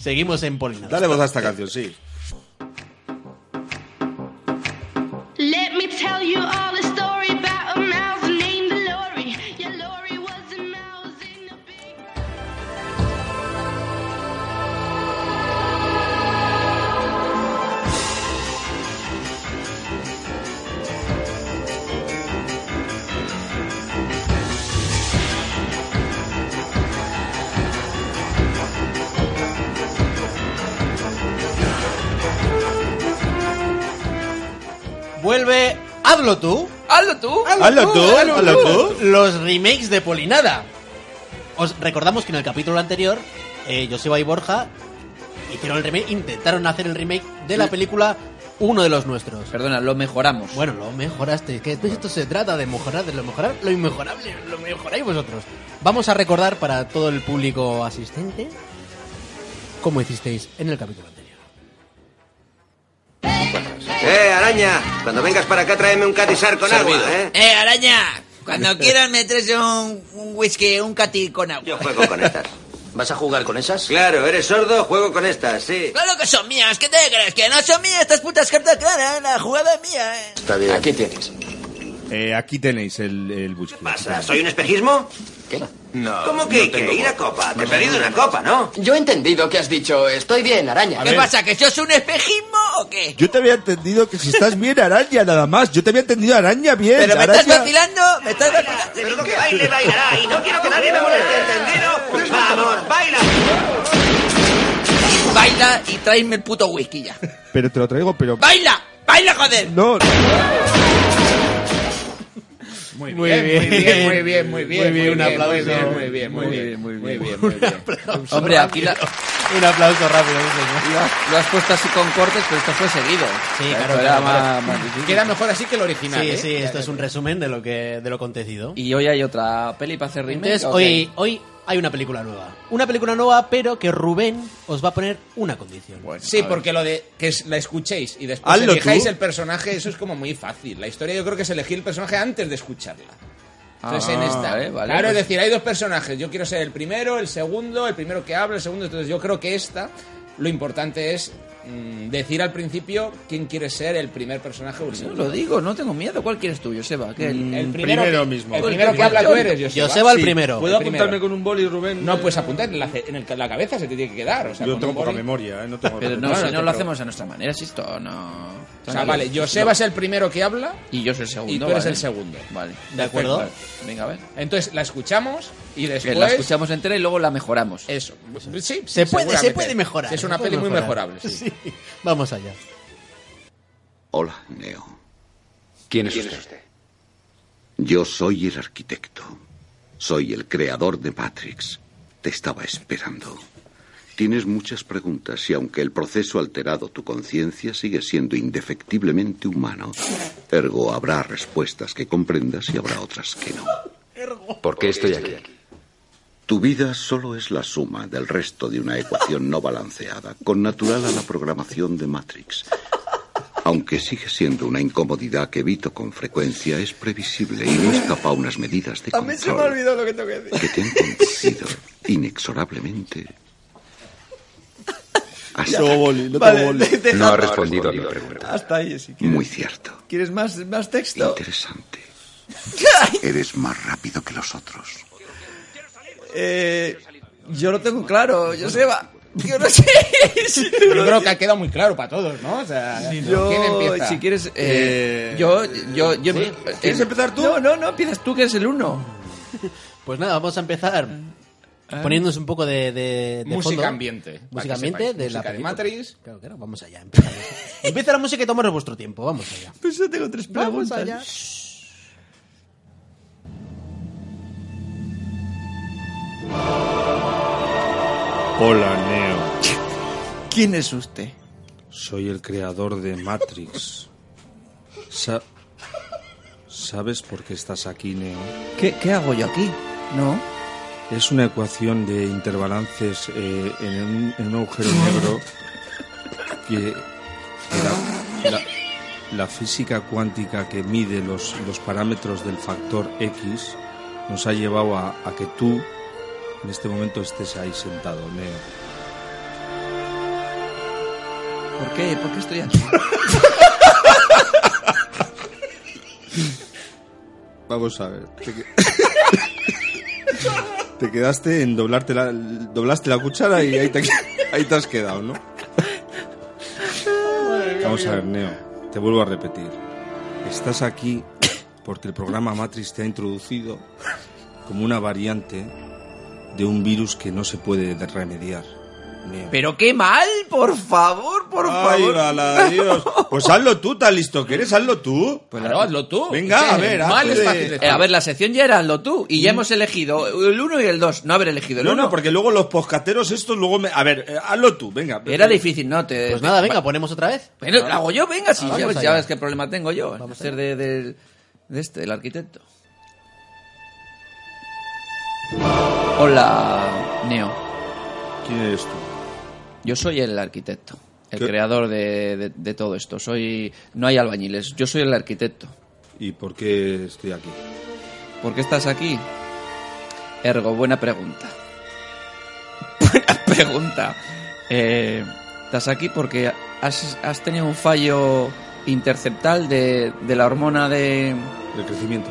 Speaker 1: Seguimos en Polinada.
Speaker 4: Dale voz a esta canción, sí.
Speaker 5: Let me tell you all a story about a mouse named Lori. Yeah, Lori was a mouse in a big.
Speaker 1: Vuelve, hazlo tú.
Speaker 2: ¡Hazlo tú!
Speaker 4: Hazlo tú, hazlo tú.
Speaker 1: los remakes de Polinada. Os recordamos que en el capítulo anterior, eh, Joseba y Borja hicieron el remake, intentaron hacer el remake de la película Uno de los Nuestros.
Speaker 2: Perdona, lo mejoramos.
Speaker 1: Bueno, lo mejoraste. es Que de esto se trata de mejorar, de lo mejorar, lo inmejorable, lo mejoráis vosotros. Vamos a recordar para todo el público asistente cómo hicisteis en el capítulo anterior.
Speaker 8: ¡Eh, araña! Cuando vengas para acá, tráeme un catizar con agua, ¿eh?
Speaker 2: ¡Eh, araña! Cuando quieras me traes un, un whisky, un cati con agua.
Speaker 8: Yo juego con estas.
Speaker 7: ¿Vas a jugar con esas?
Speaker 8: Claro, eres sordo, juego con estas, sí.
Speaker 2: Claro que son mías, ¿qué te crees? Que no son mías estas putas cartas claras, la jugada es mía, eh.
Speaker 8: Está bien.
Speaker 7: Aquí tienes.
Speaker 4: Eh, aquí tenéis el, el whisky.
Speaker 8: pasa? ¿Soy un espejismo?
Speaker 7: ¿Qué?
Speaker 8: No. ¿Cómo que hay que ir a copa? Te he pedido una copa, ¿no?
Speaker 7: Yo he entendido que has dicho, estoy bien, araña.
Speaker 2: ¿Qué pasa, que sos un espejismo o qué?
Speaker 4: Yo te había entendido que si estás bien, araña, nada más. Yo te había entendido araña bien.
Speaker 2: Pero me
Speaker 4: araña.
Speaker 2: estás vacilando, me estás vacilando.
Speaker 8: Pero lo que baile, bailará. Y no quiero que nadie me moleste, ¿entendido? ¡Vamos, baila!
Speaker 2: Baila y tráeme el puto whisky ya.
Speaker 4: Pero te lo traigo, pero.
Speaker 2: ¡Baila! ¡Baila, joder!
Speaker 4: No.
Speaker 3: Muy
Speaker 2: Muy
Speaker 3: bien, muy bien,
Speaker 2: bien.
Speaker 3: muy bien, muy bien.
Speaker 2: Muy bien, un aplauso.
Speaker 3: Muy bien, muy bien, muy
Speaker 2: Muy
Speaker 3: bien,
Speaker 2: bien,
Speaker 3: muy
Speaker 2: muy
Speaker 3: bien.
Speaker 2: bien.
Speaker 3: muy bien.
Speaker 2: Hombre, aquí la-
Speaker 1: Un aplauso rápido, un
Speaker 2: Lo has, lo has puesto así con cortes, pero esto fue seguido.
Speaker 1: Sí,
Speaker 2: Esto
Speaker 1: claro,
Speaker 2: era
Speaker 1: claro,
Speaker 2: más-
Speaker 1: claro.
Speaker 2: más difícil.
Speaker 3: Queda mejor así que el original.
Speaker 1: Sí,
Speaker 3: ¿eh?
Speaker 1: sí, esto es un resumen de lo que de lo acontecido.
Speaker 2: Y hoy hay otra peli para hacer remake.
Speaker 1: Entonces,
Speaker 2: ¿o
Speaker 1: hoy, hoy hay una película nueva. Una película nueva, pero que Rubén os va a poner una condición.
Speaker 3: Sí, porque lo de que es- la escuchéis y después
Speaker 1: Hazlo
Speaker 3: elijáis
Speaker 1: tú.
Speaker 3: el personaje, eso es como muy fácil. La historia yo creo que es elegir el personaje antes de escucharla. Entonces
Speaker 2: Ah,
Speaker 3: en esta.
Speaker 2: eh, vale,
Speaker 3: claro, es
Speaker 2: pues-
Speaker 3: decir, hay dos personajes. Yo quiero ser el primero, el segundo, el primero que habla, el segundo. Entonces yo creo que esta, lo importante es mm, decir al principio quién quiere ser el primer personaje o el
Speaker 2: qué? Yo
Speaker 3: segundo.
Speaker 2: lo digo, no tengo miedo. ¿Cuál quieres tú, Joseba? ¿Qué?
Speaker 3: El,
Speaker 2: Mm,
Speaker 3: primero,
Speaker 4: primero
Speaker 3: que-
Speaker 4: mismo.
Speaker 3: El primero que habla tú eres, Joseba.
Speaker 1: Joseba el
Speaker 3: Sí.
Speaker 1: primero.
Speaker 4: ¿Puedo
Speaker 3: El primero.
Speaker 4: apuntarme con un boli, Rubén?
Speaker 3: No, pues apuntar en la, ce- en el- en la cabeza se te tiene que quedar. O sea,
Speaker 4: Yo
Speaker 3: con
Speaker 4: tengo
Speaker 3: un
Speaker 4: poca
Speaker 3: boli.
Speaker 4: memoria, ¿eh? No tengo
Speaker 2: Pero no,
Speaker 3: No, no,
Speaker 2: si
Speaker 3: no
Speaker 2: no
Speaker 3: te
Speaker 2: lo hacemos a nuestra manera, si esto no...
Speaker 3: O sea, vale, Joseba es el primero que habla
Speaker 2: Y yo soy el segundo,
Speaker 3: y tú eres
Speaker 2: vale.
Speaker 3: el segundo.
Speaker 2: Vale.
Speaker 1: ¿De acuerdo?
Speaker 2: Perfecto. Venga, a ver.
Speaker 3: Entonces la escuchamos y
Speaker 2: Que
Speaker 3: después.
Speaker 2: la escuchamos entera y luego la mejoramos.
Speaker 3: Eso. Sí, sí,
Speaker 1: Se puede, se
Speaker 3: seguramente.
Speaker 1: puede mejorar.
Speaker 3: Es una
Speaker 1: se puede
Speaker 3: peli muy
Speaker 1: mejorar.
Speaker 3: mejorable. sí.
Speaker 1: Sí. Vamos allá.
Speaker 12: Hola, Neo.
Speaker 8: ¿Quién es usted?
Speaker 12: Yo soy el arquitecto. Soy el creador de Matrix. Te estaba esperando. Tienes muchas preguntas y aunque el proceso ha alterado tu conciencia, sigue siendo indefectiblemente humano. Ergo, habrá respuestas que comprendas y habrá otras que no.
Speaker 8: ¿Por qué estoy aquí?
Speaker 12: Tu vida solo es la suma del resto de una ecuación no balanceada, con natural a la programación de Matrix. Aunque sigue siendo una incomodidad que evito con frecuencia, es previsible y no escapa a unas medidas de control
Speaker 2: olvidó lo que tengo que decir.
Speaker 12: que te han conducido inexorablemente. Hasta
Speaker 4: tengo boli, no
Speaker 2: Vale,
Speaker 4: tengo boli.
Speaker 2: de- de-
Speaker 8: No ha respondido a mi pregunta.
Speaker 2: Hasta ahí, si quieres.
Speaker 12: Muy cierto.
Speaker 2: ¿Quieres más, más texto?
Speaker 12: Interesante. Eres más rápido que los otros.
Speaker 2: Eh, yo lo tengo claro, Joseba. Yo no sé si tú
Speaker 3: Yo
Speaker 2: lo
Speaker 3: creo que ha quedado muy claro para todos, ¿no? O sea,
Speaker 2: Yo,
Speaker 3: ¿quién empieza?
Speaker 2: si quieres, eh, yo, yo, yo, ¿Quieres empezar tú? No, no, no, empiezas tú que eres el uno.
Speaker 1: Pues nada, vamos a empezar poniéndonos un poco de, de- de
Speaker 3: Música
Speaker 1: fondo.
Speaker 3: ambiente, para
Speaker 1: Música
Speaker 3: que
Speaker 1: ambiente
Speaker 3: sepáis.
Speaker 1: de la
Speaker 3: Música de
Speaker 1: película.
Speaker 3: Matrix.
Speaker 1: Claro, claro, vamos allá. empezamos. Empieza la música y tomaros vuestro tiempo. Vamos allá.
Speaker 2: Pues yo tengo tres
Speaker 1: Vamos allá.
Speaker 2: preguntas.
Speaker 4: Hola, Neo.
Speaker 2: ¿Quién es usted?
Speaker 4: Soy el creador de Matrix. Sa- ¿Sabes por qué estás aquí, Neo?
Speaker 2: ¿Qué, qué hago yo aquí? No.
Speaker 4: Es una ecuación de interbalances eh, en, un, en un agujero negro que, que la, la- la física cuántica que mide los, los parámetros del factor X nos ha llevado a, a que tú en este momento estés ahí sentado, Neo.
Speaker 2: ¿Por qué? ¿Por qué estoy aquí?
Speaker 4: Vamos a ver. Te, quedaste en doblarte la, doblaste la cuchara y ahí te, ahí te has quedado, ¿no? Vamos a ver, Neo, te vuelvo a repetir. Estás aquí porque el programa Matrix te ha introducido como una variante de un virus que no se puede de- remediar. Neo.
Speaker 2: Pero qué mal, por favor, por
Speaker 4: Ay,
Speaker 2: favor.
Speaker 4: gala de Dios. Pues hazlo tú, tan listo que eres, hazlo tú.
Speaker 3: Claro, hazlo tú.
Speaker 4: Venga,
Speaker 3: Sí,
Speaker 4: a ver,
Speaker 3: Mal
Speaker 4: hazlo
Speaker 3: es
Speaker 4: de-
Speaker 3: fácil decir.
Speaker 2: Eh, a ver, la sección ya era lo tú y ya hemos elegido el uno y el dos. No haber elegido el
Speaker 4: No,
Speaker 2: uno.
Speaker 4: no, porque luego los poscateros estos luego me... A ver, eh, hazlo tú, venga.
Speaker 2: Era difícil, no te.
Speaker 1: Pues nada, venga, ponemos otra vez.
Speaker 2: Bueno, lo hago yo, venga, si
Speaker 1: Vamos
Speaker 2: ya, ves,
Speaker 1: allá.
Speaker 2: ya ves qué problema tengo yo.
Speaker 1: Vamos
Speaker 2: Vamos a ser de, del- de este, del arquitecto. Hola, Neo.
Speaker 4: ¿Quién eres tú?
Speaker 2: Yo soy el arquitecto, el
Speaker 4: ¿Qué?
Speaker 2: creador de, de- de todo esto. Soy No hay albañiles, yo soy el arquitecto.
Speaker 4: ¿Y por qué estoy aquí?
Speaker 2: ¿Por qué estás aquí? Ergo, buena pregunta. Buena pregunta. Eh, estás aquí porque has, has tenido un fallo interceptal de, de la hormona de...
Speaker 4: El crecimiento.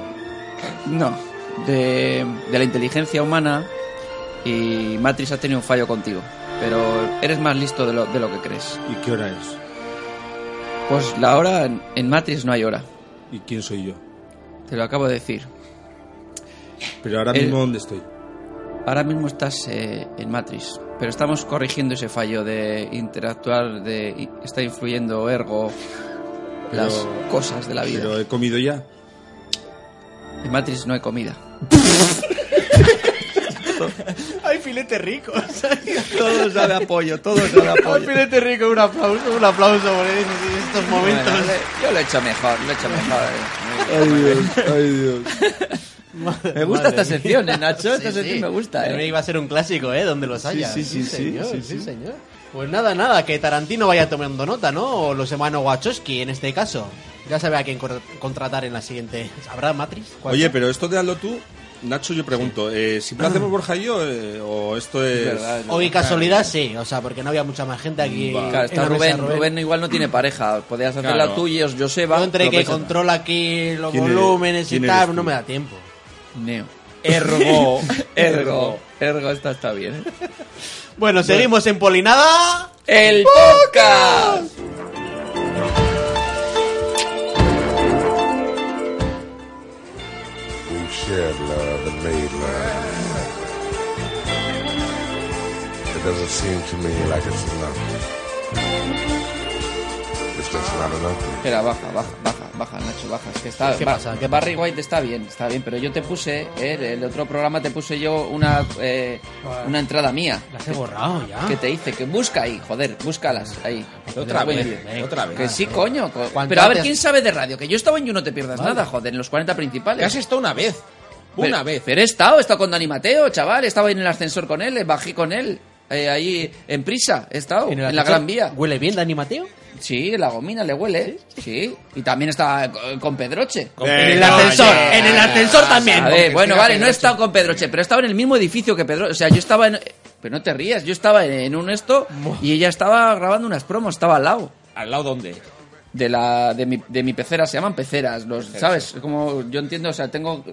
Speaker 2: No, de, de la inteligencia humana y Matrix ha tenido un fallo contigo. Pero eres más listo de lo, de lo que crees.
Speaker 4: ¿Y qué hora es?
Speaker 2: Pues la hora en, en Matrix no hay hora.
Speaker 4: ¿Y quién soy yo?
Speaker 2: Te lo acabo de decir.
Speaker 4: Pero ahora
Speaker 2: El-
Speaker 4: mismo, ¿dónde
Speaker 2: eh,
Speaker 4: estoy?
Speaker 2: Ahora mismo estás eh, en Matrix, pero estamos corrigiendo ese fallo de interactuar, de i- está influyendo ergo las
Speaker 4: Pero-
Speaker 2: cosas de la vida.
Speaker 4: Pero he comido ya.
Speaker 2: En Matrix no hay comida.
Speaker 1: Hay filete rico.
Speaker 2: Todo sabe apoyo, todo sabe
Speaker 1: Hay
Speaker 2: apoyo.
Speaker 1: filete rico, un aplauso, un aplauso por él en estos momentos.
Speaker 2: Bueno, yo lo he hecho mejor, lo he hecho mejor. Eh,
Speaker 1: Ay, Dios,
Speaker 4: ay, Dios.
Speaker 2: Me gusta
Speaker 1: Madre
Speaker 2: esta
Speaker 1: mía.
Speaker 2: sección, ¿eh, Nacho? Esta
Speaker 1: Sí,
Speaker 2: sección
Speaker 1: sí.
Speaker 2: me gusta,
Speaker 1: Pero
Speaker 2: ¿eh?
Speaker 1: Iba a ser un clásico, ¿eh? Donde los
Speaker 2: Sí,
Speaker 1: haya.
Speaker 2: sí, sí, sí,
Speaker 1: señor,
Speaker 2: sí, sí.
Speaker 1: señor. Pues nada, nada, que Tarantino vaya tomando nota, ¿no? O los hermanos Wachowski en este caso. Ya sabe a quién cor- contratar en la siguiente. ¿Habrá Matrix? ¿Cuál?
Speaker 4: Oye, pero esto de hazlo tú, Nacho, yo pregunto, eh, ¿siempre lo hacemos Borja y yo eh, o esto es...?
Speaker 1: Hoy casualidad sí, o sea, porque no había mucha más gente aquí.
Speaker 2: Claro,
Speaker 1: en
Speaker 2: está
Speaker 1: la mesa,
Speaker 2: Rubén. Rubén igual no tiene pareja. Podrías hacer
Speaker 1: Claro.
Speaker 2: la tuya, os- Joseba.
Speaker 1: Yo entre
Speaker 2: lo
Speaker 1: que
Speaker 2: pensé-
Speaker 1: controla aquí los
Speaker 2: ¿Quién eres?
Speaker 1: volúmenes y
Speaker 2: ¿Quién eres
Speaker 1: tal,
Speaker 2: tú?
Speaker 1: no me da tiempo.
Speaker 2: Neo.
Speaker 1: Ergo.
Speaker 2: ergo. Ergo, esta está bien. ¿eh?
Speaker 1: Bueno, seguimos en Polinada.
Speaker 2: ¡El podcast!
Speaker 13: We've shared love and made love. It doesn't seem to me like it's enough. It's just not enough.
Speaker 2: Espera, baja, baja, baja, baja, Nacho, baja. Es que está.
Speaker 13: ¿Qué
Speaker 2: ba-
Speaker 13: pasa?
Speaker 2: Que Barry White está bien, está bien, pero yo te puse, eh, el otro programa te puse yo una, eh, una entrada mía.
Speaker 1: Las he borrado ya.
Speaker 2: Que te hice, que busca ahí, joder, búscalas ahí.
Speaker 3: Otra
Speaker 2: Muy
Speaker 3: vez,
Speaker 2: bien.
Speaker 3: venga, otra vez.
Speaker 2: Que sí, coño. co-
Speaker 3: Cuanto
Speaker 2: Pero a ver,
Speaker 3: antes-
Speaker 2: ¿quién sabe de radio? Que yo estaba en You No Te Pierdas
Speaker 3: Vale.
Speaker 2: Nada, joder, en los 40 principales.
Speaker 3: Que has estado una vez. Una
Speaker 2: Pero-
Speaker 3: vez. eh.
Speaker 2: Pero he estado, he estado con Dani Mateo, chaval, estaba en el ascensor con él, eh, bajé con él. eh, ahí en prisa, he estado, en, la Gran Vía. Eh,
Speaker 1: ¿Huele bien Dani Mateo?
Speaker 2: Sí, la gomina le huele, sí. Y también está eh, con Pedroche.
Speaker 1: En el ascensor, en el ascensor también.
Speaker 2: A ver, bueno, vale, no he estado con Pedroche, pero estaba en el mismo edificio que Pedroche. O sea, yo estaba en. Pero no te rías, yo estaba en un esto y ella estaba grabando unas promos, estaba al lado.
Speaker 3: ¿Al lado dónde?
Speaker 2: De la de mi, de mi pecera, se llaman peceras, los,
Speaker 3: Peceras,
Speaker 2: ¿sabes? Como yo entiendo, o sea, tengo.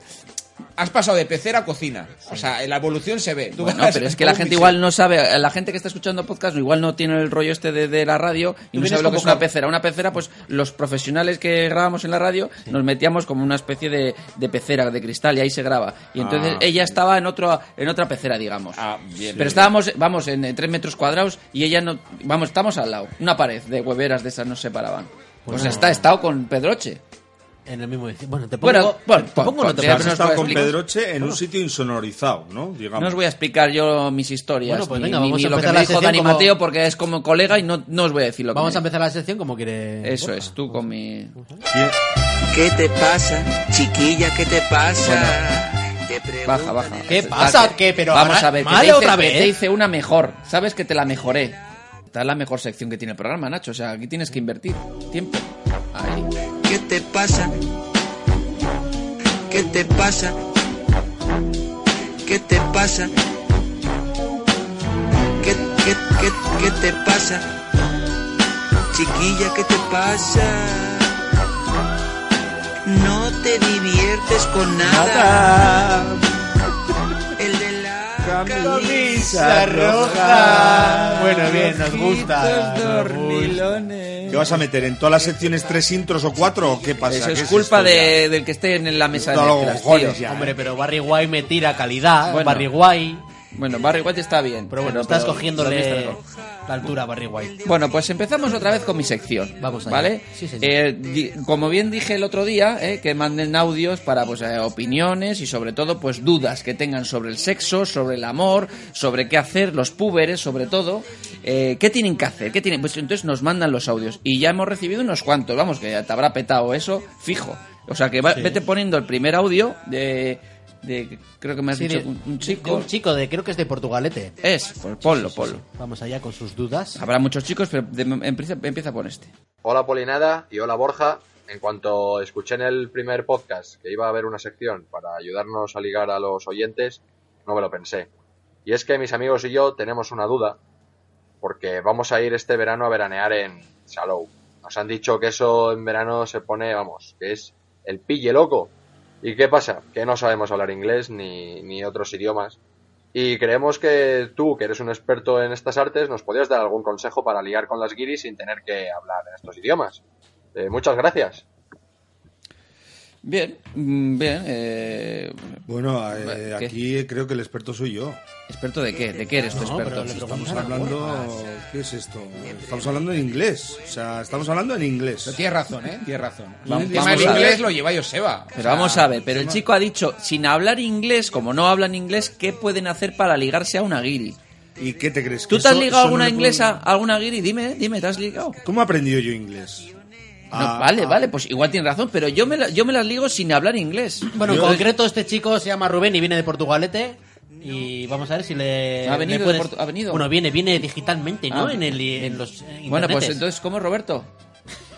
Speaker 3: Has pasado de pecera a cocina. O sea, la evolución se ve. Tú
Speaker 2: Bueno,
Speaker 3: vas-
Speaker 2: pero es que la gente igual no sabe, la gente que está escuchando podcast igual no tiene el rollo este de, de la radio y
Speaker 3: Tú
Speaker 2: no
Speaker 3: vienes
Speaker 2: sabe lo que
Speaker 3: como
Speaker 2: es una
Speaker 3: con-
Speaker 2: pecera. Una pecera, pues los profesionales que grabamos en la radio nos metíamos como una especie de, de pecera de cristal y ahí se graba. Y entonces
Speaker 3: Ah,
Speaker 2: ella estaba en otra en otra pecera, digamos.
Speaker 1: Ah,
Speaker 3: bien,
Speaker 2: pero
Speaker 3: bien.
Speaker 2: estábamos, vamos, en, eh, tres metros cuadrados y ella no, vamos, estamos al lado. Una pared de hueveras de esas nos separaban. Pues
Speaker 1: Bueno.
Speaker 2: está, he estado con Pedroche.
Speaker 1: En el mismo edificio. Bueno, te pongo.
Speaker 2: Bueno, pon,
Speaker 1: te
Speaker 2: pon,
Speaker 1: pongo o no
Speaker 2: pon,
Speaker 1: te
Speaker 2: ya,
Speaker 1: pongo?
Speaker 2: pero no os voy a
Speaker 4: con
Speaker 2: explicar.
Speaker 4: Pedroche en un sitio insonorizado, ¿no? Digamos.
Speaker 2: No os voy a explicar yo mis historias
Speaker 1: Bueno, pues
Speaker 2: ni-
Speaker 1: venga,
Speaker 2: ni,
Speaker 1: vamos
Speaker 2: ni
Speaker 1: a
Speaker 2: lo que
Speaker 1: empezar
Speaker 2: me
Speaker 1: la
Speaker 2: dijo
Speaker 1: sección
Speaker 2: Dani
Speaker 1: como-
Speaker 2: Mateo porque es como colega y no, no os voy a decir lo que
Speaker 1: Vamos a
Speaker 2: me
Speaker 1: empezar la sección como quiere.
Speaker 2: Eso es,
Speaker 4: Pues
Speaker 2: tú con mi...
Speaker 14: ¿Qué te pasa? Chiquilla, ¿qué te pasa?
Speaker 2: Baja, baja.
Speaker 1: ¿Qué
Speaker 2: Date.
Speaker 1: pasa? ¿Qué? Pero
Speaker 2: Vamos
Speaker 1: ahora-
Speaker 2: a ver, que
Speaker 1: ¿Mala
Speaker 2: te, hice,
Speaker 1: otra
Speaker 2: que
Speaker 1: vez?
Speaker 2: te hice una mejor. Sabes que te la mejoré. Esta es la mejor sección que tiene el programa, Nacho. O sea, aquí tienes que invertir tiempo. Ahí.
Speaker 14: ¿Qué te pasa? ¿Qué te pasa? ¿Qué te pasa? ¿Qué, qué, qué, qué te pasa? Chiquilla, ¿qué te pasa? No te diviertes con nada. El de la camisa roja.
Speaker 1: Bueno, bien, nos gusta.
Speaker 4: ¿Qué vas a meter? ¿En todas las secciones tres intros o cuatro? ¿O ¿Qué pasa?
Speaker 2: Eso
Speaker 4: ¿Qué
Speaker 2: es
Speaker 4: esto
Speaker 2: culpa
Speaker 4: ya?
Speaker 2: de- del que esté en la mesa de
Speaker 4: Está
Speaker 2: mezclas,
Speaker 4: los cojones
Speaker 2: tío.
Speaker 4: ya,
Speaker 1: Hombre, pero Barry White me tira calidad.
Speaker 2: Bueno.
Speaker 1: Barry White.
Speaker 2: Bueno, Barry White está bien.
Speaker 1: Pero bueno,
Speaker 2: pero-
Speaker 1: estás
Speaker 2: pero- pero
Speaker 1: cogiéndole
Speaker 2: está mejor.
Speaker 1: la altura a Barry White.
Speaker 2: Bueno, pues empezamos otra vez con mi sección. Vamos
Speaker 1: allá.
Speaker 2: ¿Vale?
Speaker 1: Sí, señor.
Speaker 2: Eh, di- como bien dije el otro día, eh, que manden audios para pues, eh, opiniones y sobre todo pues dudas que tengan sobre el sexo, sobre el amor, sobre qué hacer, los púberes, sobre todo. Eh, ¿Qué tienen que hacer? ¿Qué tienen? Pues entonces nos mandan los audios. Y ya hemos recibido unos cuantos, vamos, que ya te habrá petado eso, fijo. O sea que va-
Speaker 1: Sí.
Speaker 2: vete poniendo el primer audio de. de- creo que me has
Speaker 1: Sí,
Speaker 2: dicho
Speaker 1: de-
Speaker 2: un, un
Speaker 1: de
Speaker 2: chico.
Speaker 1: un chico de, creo que es de Portugalete.
Speaker 2: Es, pues ponlo, ponlo.
Speaker 1: Vamos allá con sus dudas.
Speaker 2: Habrá muchos chicos, pero de- em, empieza, empieza con este.
Speaker 15: Hola Polinada y hola Borja. En cuanto escuché en el primer podcast que iba a haber una sección para ayudarnos a ligar a los oyentes, no me lo pensé. Y es que mis amigos y yo tenemos una duda, porque vamos a ir este verano a veranear en Salou. Nos han dicho que eso en verano se pone, vamos, que es el pille loco. ¿Y qué pasa? Que no sabemos hablar inglés ni, ni otros idiomas. Y creemos que tú, que eres un experto en estas artes, nos podías dar algún consejo para ligar con las guiris sin tener que hablar en estos idiomas. Eh, muchas gracias.
Speaker 2: Bien, mm, bien. eh,
Speaker 4: Bueno, eh,
Speaker 2: ¿qué?
Speaker 4: aquí creo que el experto soy yo.
Speaker 2: ¿Experto de qué? ¿De qué eres tú
Speaker 4: No, pero
Speaker 2: experto?
Speaker 4: le Estamos hablando. ¿Qué es esto? Estamos hablando en inglés. O sea, estamos hablando en inglés.
Speaker 3: Tienes razón, ¿eh? Tienes razón.
Speaker 2: Vamos-
Speaker 3: el tema
Speaker 2: vamos
Speaker 3: del
Speaker 2: a ver.
Speaker 3: inglés lo lleva Joseba. O
Speaker 2: Pero
Speaker 3: sea,
Speaker 2: vamos a ver, pero el
Speaker 3: Joseba-
Speaker 2: chico ha dicho, sin hablar inglés, como no hablan inglés, ¿qué pueden hacer para ligarse a una guiri?
Speaker 4: ¿Y qué te crees?
Speaker 2: ¿Tú
Speaker 4: que
Speaker 2: te has
Speaker 4: eso-
Speaker 2: ligado a
Speaker 4: eso
Speaker 2: alguna
Speaker 4: no le puedo-
Speaker 2: inglesa, a alguna guiri? Dime, dime, ¿te has ligado?
Speaker 4: ¿Cómo he aprendido yo inglés? Ah,
Speaker 2: No, vale, vale, pues igual tienes razón, pero yo me, la- yo me las ligo sin hablar inglés.
Speaker 1: Bueno, en concreto este chico se llama Rubén y viene de Portugalete. Y vamos a ver si le...
Speaker 2: Ha venido
Speaker 1: le puedes-
Speaker 2: de Portu- ha venido.
Speaker 1: Bueno, viene, viene digitalmente, ¿no?
Speaker 2: Ah,
Speaker 1: en, el, en los eh,
Speaker 2: Bueno, pues
Speaker 1: internetes.
Speaker 2: entonces, ¿cómo es Roberto?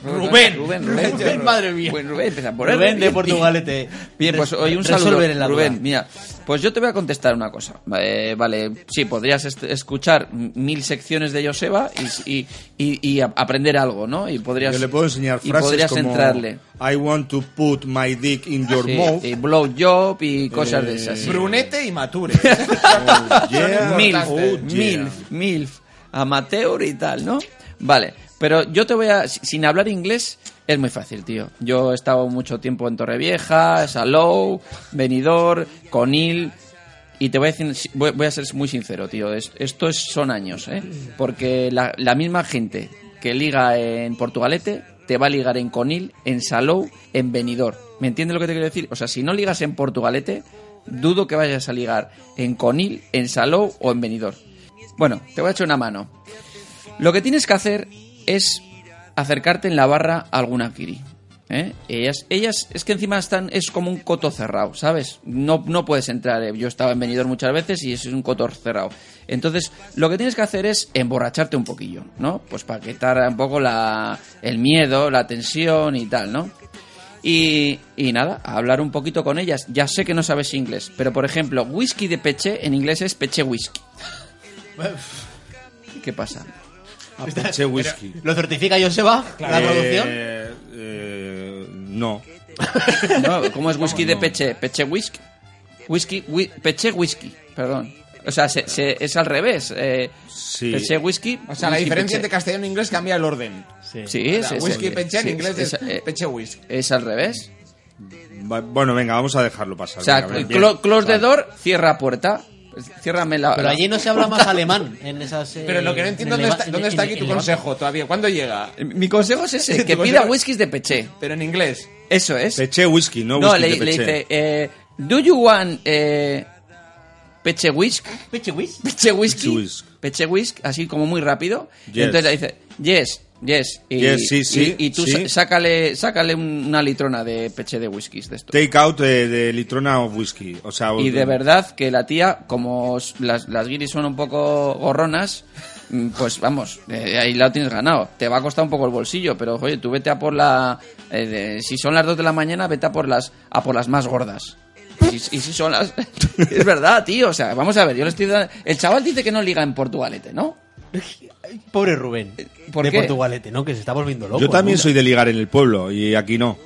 Speaker 1: Rubén.
Speaker 2: Rubén,
Speaker 1: Rubén, madre mía.
Speaker 2: Buen Rubén, empieza por
Speaker 1: Rubén
Speaker 2: R,
Speaker 1: de
Speaker 2: bien,
Speaker 1: Portugalete.
Speaker 2: Bien, pues hoy un
Speaker 1: Resolver
Speaker 2: saludo,
Speaker 1: en la duda.
Speaker 2: Rubén. Mira, pues yo te voy a contestar una cosa. Eh, vale, sí, podrías est- escuchar m- mil secciones de Joseba y, y- y- y a- aprender algo, ¿no? Y podrías,
Speaker 4: Yo le puedo enseñar
Speaker 2: y
Speaker 4: frases
Speaker 2: podrías
Speaker 4: como,
Speaker 2: entrarle.
Speaker 4: I want to put my dick in your
Speaker 2: Sí,
Speaker 4: mouth.
Speaker 2: y blow job y cosas
Speaker 4: Eh,
Speaker 2: de esas. sí.
Speaker 3: Brunete y Mature.
Speaker 4: yeah.
Speaker 2: Milf,
Speaker 4: Oh, yeah.
Speaker 2: Milf, Milf, amateur y tal, ¿no? Vale, pero yo te voy a, si- sin hablar inglés, es muy fácil, tío. Yo he estado mucho tiempo en Torrevieja, Salou, Benidorm, Conil, y te voy a decir, voy, voy a ser muy sincero, tío. es- esto es- son años, ¿eh? Porque la, la misma gente que liga en Portugalete te va a ligar en Conil, en Salou, en Benidorm. ¿Me entiendes lo que te quiero decir? O sea, si no ligas en Portugalete, dudo que vayas a ligar en Conil, en Salou o en Benidorm. Bueno, te voy a echar una mano. Lo que tienes que hacer es acercarte en la barra a alguna kiri. ¿eh? Ellas, ellas es que encima están, es como un coto cerrado, ¿sabes? No, no puedes entrar. eh. Yo estaba en Benidorm muchas veces y es un coto cerrado. Entonces, lo que tienes que hacer es emborracharte un poquillo, ¿no? Pues para quitar un poco la, el miedo, la tensión y tal, ¿no? Y, y nada, a hablar un poquito con ellas. Ya sé que no sabes inglés, pero por ejemplo, whisky de peche en inglés es peche whisky. ¿Qué pasa?
Speaker 4: Apeche whisky.
Speaker 1: ¿Lo certifica Joseba? ¿La producción?
Speaker 4: Eh, eh, no.
Speaker 2: No, ¿Cómo es whisky de peche? Peche whisky. Whisky, wi- peche whisky, perdón. O sea, se- se- es al revés. eh, Peche whisky.
Speaker 3: O sea, la
Speaker 2: whisky peche.
Speaker 3: diferencia entre castellano e inglés cambia el orden.
Speaker 2: Sí,
Speaker 3: O
Speaker 2: es,
Speaker 3: sea,
Speaker 2: es-
Speaker 3: whisky
Speaker 2: es-
Speaker 3: peche en
Speaker 2: sí,
Speaker 3: inglés es,
Speaker 2: es- eh,
Speaker 3: peche whisky.
Speaker 2: es al revés.
Speaker 4: Va- Bueno, venga, vamos a dejarlo pasar.
Speaker 2: O sea,
Speaker 4: venga, venga,
Speaker 2: clo-
Speaker 4: bien.
Speaker 2: close the door, cierra puerta. Ciérrame la.
Speaker 1: Pero
Speaker 2: la-
Speaker 1: allí no se habla más alemán en esas... eh,
Speaker 3: Pero lo que no entiendo
Speaker 1: en
Speaker 3: es
Speaker 1: Leva-
Speaker 3: dónde está,
Speaker 1: en-
Speaker 3: dónde está
Speaker 1: en-
Speaker 3: aquí tu
Speaker 1: en Levante.
Speaker 3: consejo todavía. ¿Cuándo llega?
Speaker 2: Mi consejo es ese:
Speaker 3: Tu
Speaker 2: que
Speaker 3: consejo-
Speaker 2: pida whiskies de peche.
Speaker 3: Pero en inglés.
Speaker 2: Eso es.
Speaker 4: Peche whisky, no,
Speaker 2: No,
Speaker 4: whisky
Speaker 2: le,
Speaker 4: de
Speaker 2: le
Speaker 4: peche.
Speaker 2: dice, eh, ¿Do you want eh, peche whisky?
Speaker 1: Peche whisk.
Speaker 2: Peche whisky.
Speaker 4: Peche whisk.
Speaker 2: Peche whisky, así como muy rápido. Y
Speaker 4: Yes.
Speaker 2: entonces le dice, yes, yes. Y,
Speaker 4: Yes, sí, sí,
Speaker 2: y, y tú
Speaker 4: sí.
Speaker 2: sa- sácale, sácale un- una litrona de peche de whiskies de esto.
Speaker 4: Take out eh, de litrona of whisky. O sea, eh,
Speaker 2: Y de verdad que la tía, como s- las, las guiris son un poco gorronas, mm, pues vamos, eh, ahí la tienes ganado. Te va a costar un poco el bolsillo, pero oye, tú vete a por la... eh, de- si son las 2 de la mañana, vete a por las, a por las más gordas. Y, si- y si son las... es verdad, tío. O sea, vamos a ver, yo le estoy dando- El chaval dice que no liga en Portugalete, ¿no?
Speaker 1: Pobre Rubén.
Speaker 2: ¿por
Speaker 1: de
Speaker 2: qué?
Speaker 1: Portugalete, ¿no? Que se está volviendo loco.
Speaker 4: Yo también
Speaker 1: ¿no?
Speaker 4: soy de ligar en el pueblo y aquí no.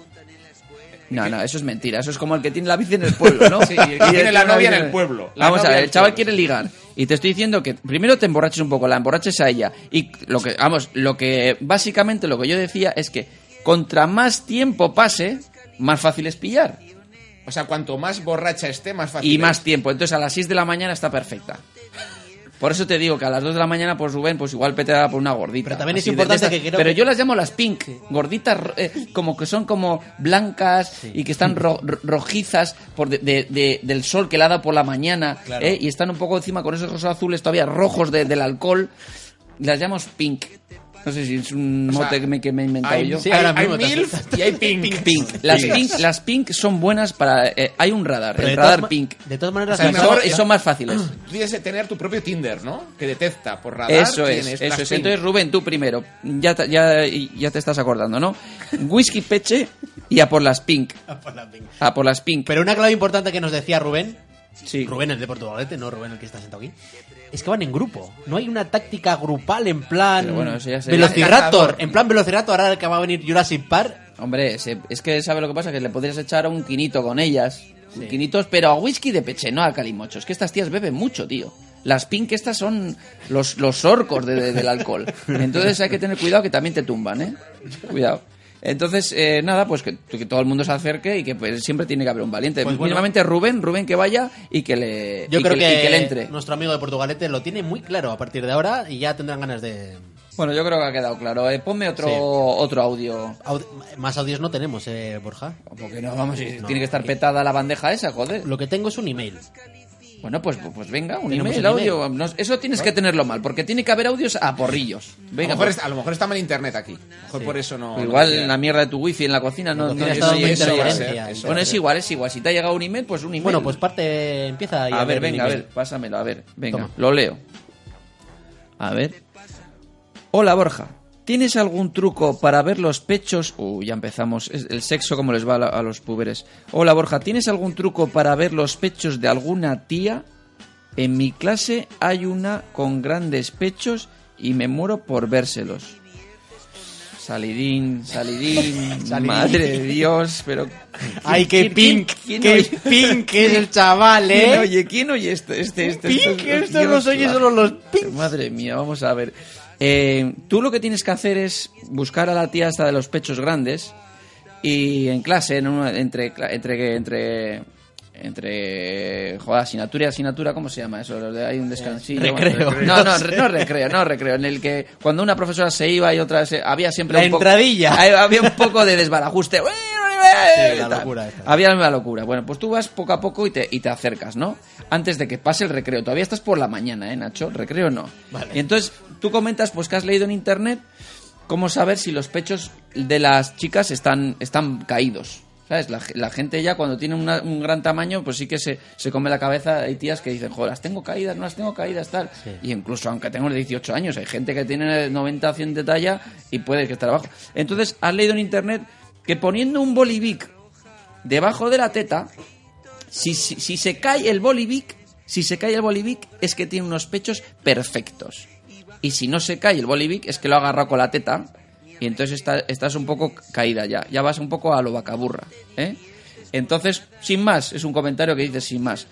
Speaker 2: No, no, eso es mentira. Eso es como el que tiene la bici en el pueblo, ¿no?
Speaker 3: Sí, el que
Speaker 2: Y
Speaker 3: tiene la novia en
Speaker 2: tiene-
Speaker 3: el pueblo. La
Speaker 2: Vamos a
Speaker 3: novia
Speaker 2: ver,
Speaker 3: en
Speaker 2: el
Speaker 3: el
Speaker 2: chaval
Speaker 3: pueblo.
Speaker 2: quiere ligar. Y te estoy diciendo que primero te emborraches un poco, la emborraches a ella. Y lo que, vamos, lo que básicamente lo que yo decía es que contra más tiempo pase, más fácil es pillar.
Speaker 3: O sea, cuanto más borracha esté, más fácil.
Speaker 2: Y
Speaker 3: es.
Speaker 1: ¿eh?
Speaker 2: más tiempo. Entonces a las 6 de la mañana está perfecta. Por eso te digo que a las 2 de la mañana, pues Rubén, pues igual pete a por una gordita.
Speaker 1: Pero también es
Speaker 2: Así de- de
Speaker 1: importante
Speaker 2: estas-
Speaker 1: que creo
Speaker 2: Pero
Speaker 1: que-
Speaker 2: yo las llamo las pink. Gorditas, ro- eh, como que son como blancas y que están ro- ro- rojizas por de- de- de- del sol que la da por la mañana.
Speaker 1: Claro.
Speaker 2: ¿eh? Y están un poco encima con esos ojos azules todavía rojos de- del alcohol. Las llamo pink. No sé si es un
Speaker 3: O sea,
Speaker 2: mote que me, que me he inventado
Speaker 3: Hay,
Speaker 2: yo.
Speaker 1: sí,
Speaker 3: hay-
Speaker 1: ahora
Speaker 3: hay
Speaker 1: mismo te-
Speaker 3: MILF y hay Pink.
Speaker 2: Pink. Las, pink, las pink son buenas para... eh, hay un radar,
Speaker 1: Pero de
Speaker 2: el
Speaker 1: todas
Speaker 2: radar
Speaker 1: ma-
Speaker 2: pink.
Speaker 1: De todas maneras,
Speaker 3: O sea,
Speaker 1: la-
Speaker 3: mejor-
Speaker 2: Mejor y son más fáciles.
Speaker 3: Tú tienes que tener tu propio Tinder, ¿no? Que detecta por radar.
Speaker 2: Eso
Speaker 3: quién
Speaker 2: es,
Speaker 3: las
Speaker 2: eso es.
Speaker 3: Pink.
Speaker 2: Entonces, Rubén, tú primero. Ya, te- ya, ya te estás acordando, ¿no? Whisky peche y a por las pink. A por las pink.
Speaker 1: Pero una clave importante que nos decía Rubén,
Speaker 2: Sí.
Speaker 1: Rubén el de Portugalete, no Rubén el que está sentado aquí, es que van en grupo. No hay una táctica grupal en plan
Speaker 2: Pero bueno, eso ya sería-
Speaker 1: Velociraptor.
Speaker 3: Cazador.
Speaker 1: En plan Velociraptor, ahora que va a venir Jurassic Park.
Speaker 2: Hombre, se- es que sabe lo que pasa, que le podrías echar un quinito con ellas. Un Quinitos, pero a whisky de peche, no a calimocho. Es que estas tías beben mucho, tío. Las pink estas son los, los orcos de- de- del alcohol. Entonces hay que tener cuidado que también te tumban, ¿eh? Cuidado. Entonces, eh, nada, pues que, que todo el mundo se acerque y que pues, siempre tiene que haber un valiente. Mínimamente Rubén, Rubén que vaya y que le,
Speaker 1: Yo
Speaker 2: y
Speaker 1: creo
Speaker 2: que,
Speaker 1: que,
Speaker 2: y que le entre.
Speaker 1: nuestro amigo de Portugalete lo tiene muy claro a partir de ahora y ya tendrán ganas de...
Speaker 2: Bueno, yo creo que ha quedado claro. Eh, ponme otro,
Speaker 1: Sí.
Speaker 2: otro audio.
Speaker 1: Aud- más audios no tenemos, eh, Borja.
Speaker 2: Porque no, vamos, tiene que estar petada la bandeja esa, joder.
Speaker 1: Lo que tengo es un email.
Speaker 2: Bueno, pues, pues venga, un
Speaker 1: Tenemos
Speaker 2: email,
Speaker 1: un email.
Speaker 2: audio. No, eso tienes que tenerlo mal, porque tiene que haber audios a porrillos. Venga,
Speaker 3: a, lo mejor
Speaker 2: pues.
Speaker 3: está, a lo mejor está mal internet aquí. A lo mejor por eso no.
Speaker 2: Pues
Speaker 3: no
Speaker 2: igual
Speaker 3: queda.
Speaker 2: la mierda de tu wifi en la cocina no,
Speaker 3: cocina
Speaker 2: no-
Speaker 3: está
Speaker 2: no-
Speaker 3: dando
Speaker 2: eso va a ser,
Speaker 3: interferencia,
Speaker 2: eso. Bueno, es igual, es igual. Si te ha llegado un email, pues un email.
Speaker 1: Bueno, pues parte... Empieza ahí
Speaker 2: a ver,
Speaker 1: el
Speaker 2: venga, a
Speaker 1: email.
Speaker 2: ver, pásamelo, a ver, venga,
Speaker 1: Toma.
Speaker 2: lo leo. A ver. Hola Borja, ¿tienes algún truco para ver los pechos? Uh, ya empezamos, es el sexo como les va a, la- a los púberes. Hola Borja, ¿tienes algún truco para ver los pechos de alguna tía? En mi clase hay una con grandes pechos y me muero por vérselos. Salidín, salidín,
Speaker 1: Salidín.
Speaker 2: madre de Dios, pero...
Speaker 1: Ay, qué
Speaker 2: ¿Quién-
Speaker 1: pink,
Speaker 2: quién-
Speaker 1: qué
Speaker 2: quién oye-
Speaker 1: pink que es el chaval,
Speaker 2: ¿Quién
Speaker 1: eh.
Speaker 2: oye, ¿quién oye este? este, este
Speaker 1: Pink, esto no se oye, solo
Speaker 2: los pink. Madre mía, vamos a ver. Eh, tú lo que tienes que hacer es buscar a la tía hasta de los pechos grandes y en clase, en una- entre, cla- entre, entre, entre, joder, asignatura y asignatura, ¿cómo se llama eso? Lo de- Hay un descansillo. bueno,
Speaker 1: recreo.
Speaker 2: No, no, re- no recreo, no recreo. En el que cuando una profesora se iba y otra se, había siempre
Speaker 1: La
Speaker 2: un poco-
Speaker 1: entradilla.
Speaker 2: Ahí había un poco de desbarajuste.
Speaker 1: la locura esta.
Speaker 2: Había la misma locura. Bueno, pues tú vas poco a poco y te, y te acercas, ¿no? Antes de que pase el recreo. Todavía estás por la mañana, ¿eh, Nacho? Recreo no.
Speaker 1: Vale.
Speaker 2: Y entonces tú comentas, pues que has leído en internet cómo saber si los pechos de las chicas están, están caídos. ¿Sabes? La, ge- la gente ya cuando tiene una- un gran tamaño, pues sí que se, se come la cabeza. Hay tías que dicen, joder, las tengo caídas, no las tengo caídas, tal. Y incluso aunque tengas 18 años, hay gente que tiene 90 o 100 de talla y puede que esté abajo. Entonces, has leído en internet que poniendo un bolivic debajo de la teta, si, si, si se cae el bolivic, si se cae el bolivic es que tiene unos pechos perfectos. Y si no se cae el bolivic es que lo ha agarrado con la teta y entonces está- estás un poco caída ya, ya vas un poco a lo vacaburra, ¿eh? Entonces, sin más, es un comentario que dices sin más.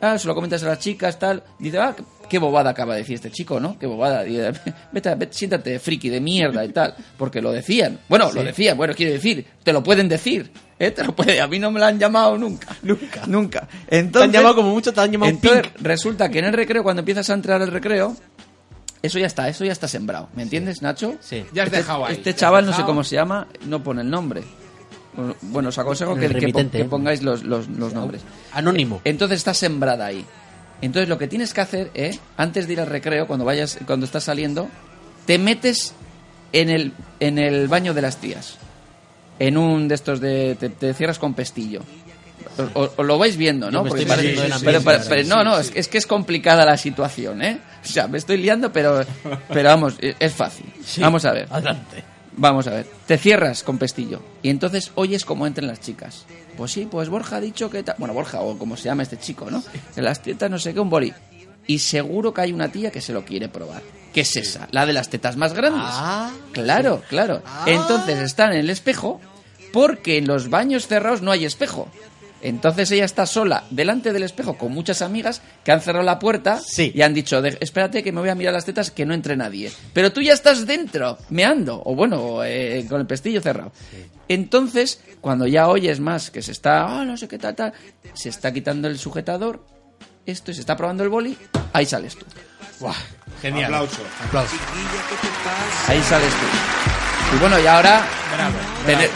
Speaker 2: Ah, se lo comentas a las chicas, tal. Dice, ah, qué bobada acaba de decir este chico, ¿no? Qué bobada. Y, eh, Vete, a- vete, siéntate, friki de mierda y tal. Porque lo decían. Bueno, lo
Speaker 1: Sí.
Speaker 2: decían, bueno, quiero decir, te lo pueden decir. ¿eh? Te lo puede- A mí no me lo han llamado nunca. Nunca. Nunca.
Speaker 1: Te han
Speaker 2: Entonces,
Speaker 1: llamado como mucho, te han llamado
Speaker 2: entonces,
Speaker 1: pink.
Speaker 2: resulta que en el recreo, cuando empiezas a entrar al recreo, eso ya está, eso ya está sembrado. ¿Me entiendes, Nacho? Sí.
Speaker 3: Ya has
Speaker 2: este,
Speaker 3: dejado ahí,
Speaker 2: Este
Speaker 3: ya has
Speaker 2: chaval, no sé
Speaker 3: dejado.
Speaker 2: cómo se llama, no pone el nombre. Bueno, os aconsejo
Speaker 1: El
Speaker 2: que, que pon-
Speaker 1: remitente,
Speaker 2: que
Speaker 1: ¿eh?
Speaker 2: pongáis los, los- los nombres.
Speaker 1: Anónimo.
Speaker 2: Eh, Entonces está sembrada ahí. Entonces lo que tienes que hacer, ¿eh? antes de ir al recreo, cuando vayas, cuando estás saliendo, te metes en el, en el baño de las tías. En un de estos de. te, te cierras con pestillo. O- o- o lo vais viendo,
Speaker 1: Yo
Speaker 2: ¿no?
Speaker 1: me
Speaker 2: Porque
Speaker 1: estoy
Speaker 2: parece-
Speaker 1: metiendo en la
Speaker 2: pero-
Speaker 1: mesa
Speaker 2: pero-
Speaker 1: ahora
Speaker 2: pero
Speaker 1: mismo.
Speaker 2: no, no, es, es que es complicada la situación, ¿eh? O sea, me estoy liando, pero, pero vamos, e, es es fácil.
Speaker 1: Sí.
Speaker 2: Vamos a ver.
Speaker 1: Adelante.
Speaker 2: Vamos a ver. Te cierras con pestillo. Y entonces oyes cómo entran las chicas. Pues sí, pues Borja ha dicho que... ta- Bueno, Borja, o como se llama este chico, ¿no? En las tetas no sé qué, un boli. Y seguro que hay una tía que se lo quiere probar. ¿Qué es esa? La de las tetas más grandes. claro, claro. Entonces están en el espejo porque en los baños cerrados no hay espejo. Entonces ella está sola delante del espejo con muchas amigas que han cerrado la puerta y han dicho, "De- espérate que me voy a mirar las tetas que no entre nadie. Pero tú ya estás dentro, meando, o bueno, eh, con el pestillo cerrado. Entonces, cuando ya oyes más que se está, "Ah, no sé qué tal, tal", se está quitando el sujetador, esto, y se está probando el boli, ahí sales tú.
Speaker 1: Genial.
Speaker 4: Aplauso.
Speaker 1: Aplauso.
Speaker 2: Ahí sales tú. Y bueno, y ahora... tener-